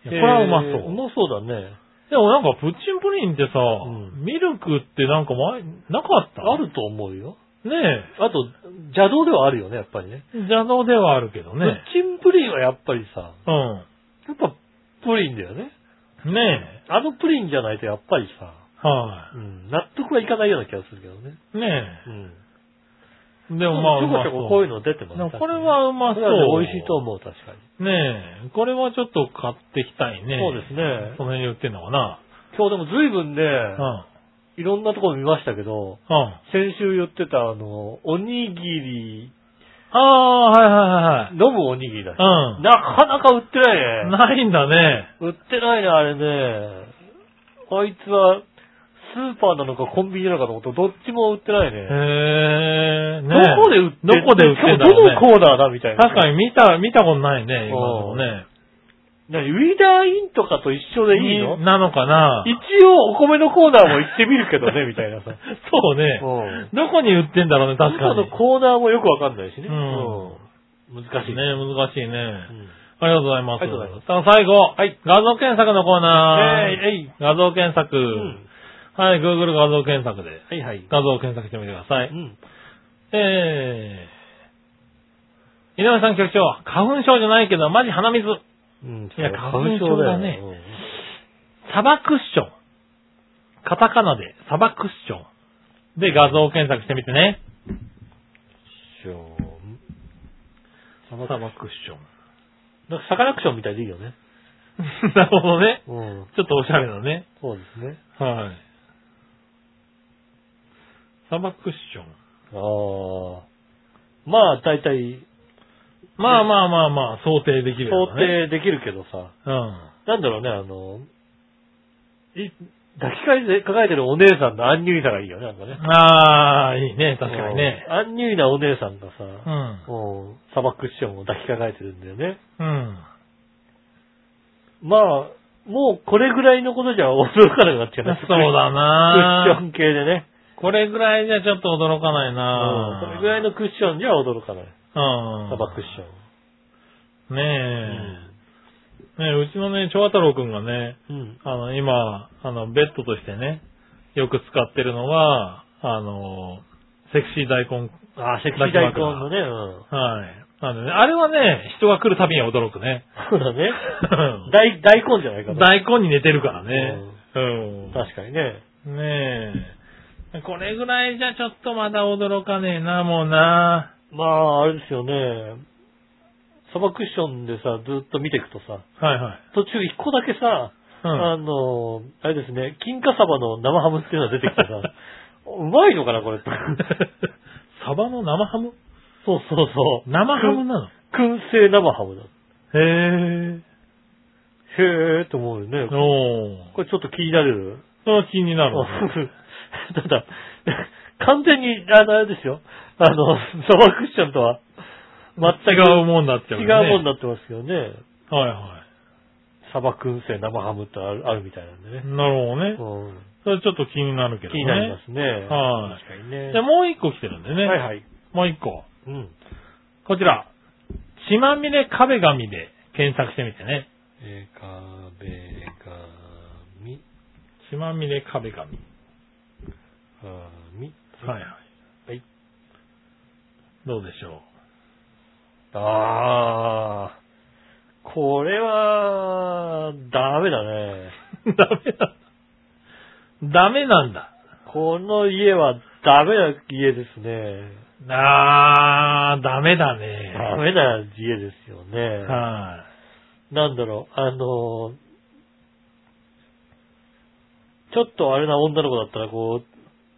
いやこれはうまそうえーうまそうだね。でもなんかプッチンプリンってさ、んミルクってなんか前、なかったあると思うよ。ねあと、邪道ではあるよね、やっぱりね。え。邪道ではあるけどプね。ッチンプリンはやっぱりさ、うやっぱプリンだよね。ん。ねあのプリンじゃないとやっぱりさ、え。はうん、納得はいかないような気がするけどね。い。ねうん。え。でもまあ、ちうょこまちそょこう。こういうの出てますでもこれはうま確そかうにねこれはね美味しいと思う、確かに。ねえ。これはちょっと買ってきたいね。そうですねその辺で売ってんのかな。今日でも随分うね、ん。いろんなところ見ましたけうん。ど、先週言ってたあの、おにぎり、ああ、はいはい飲むおにぎりだし、はいはい。なかなか売ってなういん。ないね。んだね。売ってないね、あれね。あいつは、スーパーなのかコンビニなのかと思ったらどっちも売ってないへえ。ね。ねえどこで売ってどこで売ってんだしかろもうねどのコーナーだみたいな。確かに見た、見たことないね、今のもうんね。なウィーダーインとかと一緒でいいのなのかな一応お米のコーナーも行ってみるけど ね、みたいなさ。そうね。うんどこに売ってんだろうね、確か中にの。コーナーもよくわかんないしね。うんうん難しい。ね、難しいね。うんありがとうございます。ありがとうございますさあ、最後。画像検索のコーナー。えいえい画像検索。うんはい、Google 画像検索で。はいはい。画像を検索してみてください。うんえー。井上さん局長、花粉症じゃないけど、マジ鼻水。うんいや花粉症だね花粉症よサバクッション。カタカナで、サバクッション。で、画像を検索してみてね。うんサバクッション。なんかサカナクションみたいでいいよね。 なるほどね。うん。ちょっとおしゃれだね。そうですね。はい。サバクッション。ああ。まあ、大体、まあまあまあまあ、想定できるよ想ね。定できるけどさ、なんだろうね、あの、い抱きかえて抱えてるお姉さんのアンニュイさがいいよね、なんかねう。ん。ああ、いいね、確かにねう。んアンニュイなお姉さんがさ、うん。うん、砂漠師匠も抱きかかえてるんだよね。うん。まあ、もうこれぐらいのことじゃ驚かなくなっちそゃううね。だクッショなン系でね。、これぐらいじゃちょっと驚かないうなんこれぐらいのクッションじゃ驚かない。うん。砂漠師匠。ねえ。うん。ねえうちのね、長太郎くんがね、うん。あの、今、あの、ベッドとしてね、よく使ってるのは、あの、セクシー大根。あー、セクシー大根のね、うん。はい。なんでね、あれはね、人が来るたびに驚くね。そう だね。大、大根じゃないかな。大根に寝てるからね。うん。確かにね。ねえ。これぐらいじゃちょっとまだ驚かねえな、もうな。まあ、あれですよね。砂漠クッションでさ、ずっと見ていくとさ、はいはい。途中一個だけさ、うん。あの、あれですね、金華サバの生ハムっていうのが出てきてさ、 うまいのかな、これって。サバの生ハムそうそうそう。生ハムなの燻製生ハムだ。へへーって思うよねえ。。おー。これちょっと気になる。そう気になるわ。 ただ、完全に、あの、あれですよ。あの、サバクッションとは全く違うもんだって違よね。うもんになってますけどね。はいはサバ燻製生ハムってあるあるみたいなんでねい。。なるほどね。うんそれちょっと気になるけど気ね。になりますね。はい確かにね。じゃあもう一個来てるんでね。はいはい。もう一個。うん。こちら。血まみれ壁紙で検索してみてね。えー、かべがみ、血まみれ壁紙。あみ。はいはい。はい。どうでしょあー、これは、ダメだ ね。 う。ダメだ。ダメなんだ。この家はダメな家ですね。あー、ダメだね。ダメな家ですよね。はなんだろう、あのー、ちょっとあれな女の子だったらこう、い。ち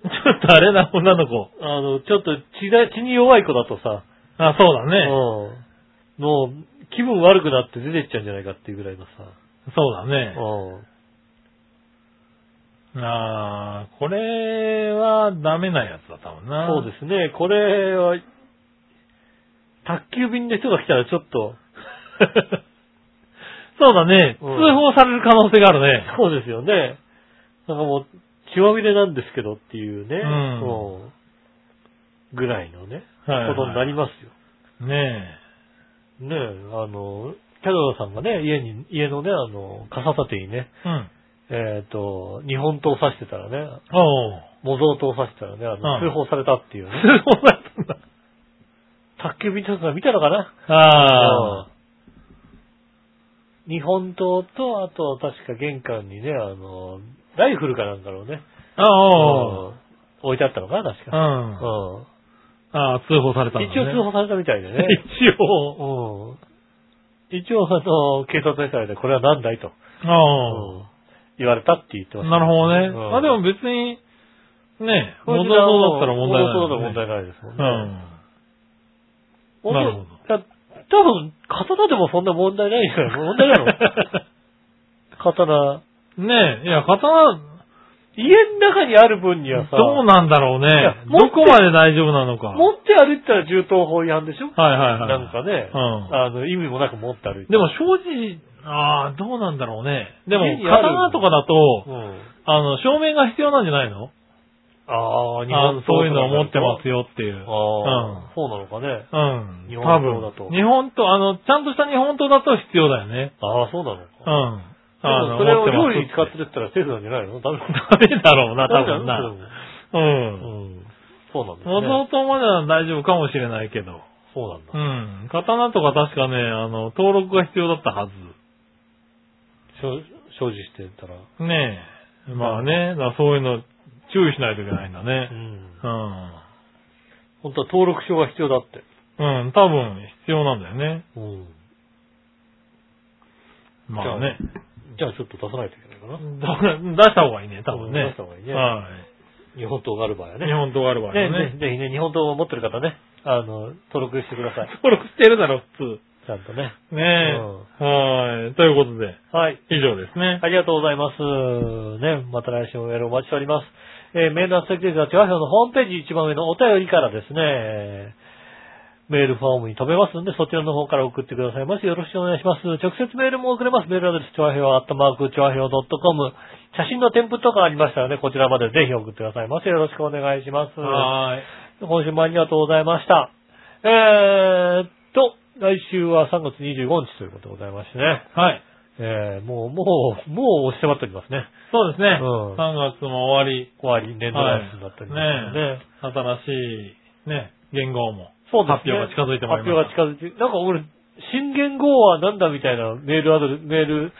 ょっとあれな、女の子。あの、ちょっと血だ血に弱い子だとさ、あ、そうだね。うんもう気分悪くなって出てっちゃうんじゃないかっていうぐらいのさ、そうだうね。んあー、これはダメなやつだったもんな。そうですね、これは、宅急便の人が来たらちょっと、 そうだね。通うん報される可能性があるね。そうですよね。なんかもう、血まみれなんですけどっていうね、うんうんぐらいのね、はいはいことになりますよ。ねねえ、あの、キャドラさんがね、家に、家のね、あの、傘立てにね、え。うん。えっ、と、日本刀を刺してたらね、おう。模造刀を刺してたらね、あの、うん通報されたっていうね。通報だったんだ。卓球便とか見たのかなああ。うん日本刀と、あと、確か玄関にね、あの、ライフルかなんかのね、ああ、おう。うん置いてあったのかな、確うか。ん。うんああ、通報されたんだ、ね。一応通報されたみたいでね。 一応。うん一応、あの、警察にされて、これは何だいと、あうん言われたって言ってまあ。した。なるほどね。うんまあでも別に、ねえ、これ問題そうだったら問題ない、そうだったら問題ないですもんね。うんなるほどいや多分、刀でもそんな問題ないから、問題 ないの刀。うん。ねえ、いや、刀、家の中にある分にはさ、どうなんだろういやね。持ってどこまで大丈夫なのか。持って歩いたら銃刀法違反でしょはいはいはい。なんかね、うんあの、意味もなく持って歩いて。でも正直、ああ、どうなんだろうね。でも家、にある刀とかだうと、ん、あの、照明が必要なんじゃないのああ、日あ本ーそういうのを持ってますよ。よっていう。ああ、そうなのかね。うん。うん。日本刀だと多分日本刀、あの、ちゃんとした日本刀だと必要だよね。ああ、そうなのか。うん。でものそれを持料ます理に使ってるったらセーフなんじゃないのダメダメだろうな、多分ダメな。だようそれん。もうん。そうなんだ模造よね。刀までは大丈夫かもしれないけど。そうなんだう。ん。刀とか確かね、あの、登録が必要だったはず。所所持してたら。うねえ。まあね、だからそういうの注意しないといけないんだね。んう。本当は登録証が必要だって。ん。うん、多分必要なんだよね。うん。まあね。じゃあちょっと出さないといけないかな。出した方がいいね、多分ね。うん出した方がいいねはい。日本刀がある場合はね。日本刀がある場合はねぜね。ひぜひね、日本刀を持ってる方ね、あの、登録してください。登録してるだろ、普ちゃんとね。通。ねえ。はい。ということで、はい。以上ですね。ありがとうございます。ね、また来週もメールお待ちしております。えーメールの先ですが、チョアヘオのホームページ一番上のお便りからですね、えーメールフォームに飛べますので、そちらの方から送ってくださいませ。よろしくお願いします。直接メールも送れます。メールアドレス、チョアヘオアットマーク、チョアヘオ .com。写真の添付とかありましたらね、こちらまでぜひ送ってくださいませ。よろしくお願いします。はーい。今週もありがとうございました。えーっと、来週は3月25日ということでございましてね。はい。えー、もう、もう、もう押し迫っておりますね。そうですね。うん3月も終わり。終わり、年度来週だったりですはいね。ね新しい、ね、言語も。そうですね。発表が近づいてまいりまし発表が近づいて、なんか俺、新元号はなんだみたいなメールアドレス、メール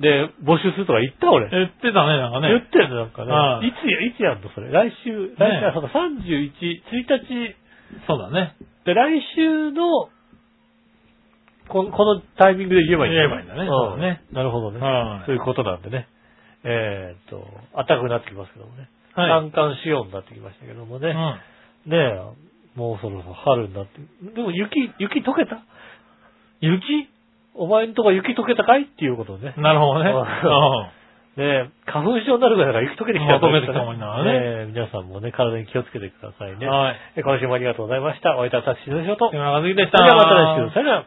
で募集するとか言った俺。言ってたね、なんかね。言ってるのなんかはいね。いつや、いつやんのそれ。来週、来週、ねあそうか31、1日、そうだね。で、来週の、ここのタイミングで言えばいい言えばいいんだねうそうだねなるほどね。はいそういうことなんでね。えーっと、暖かくなってきますけどもね。はい。三寒仕様になってきましたけどもね。うん。あねえ、もうそろそろ春になって。でも雪、雪溶けた雪お前んとこ雪溶けたかいっていうことをね。なるほどね。うんねえ、花粉症になるぐらいだから雪溶けてきまたあ溶けてきたもんなねえ皆さんもね、体に気をつけてくださいうんね。はい。え今週もありがとうございました。お会いいたしの仕事。木村和樹でしそた。れではまた来週。さよなら。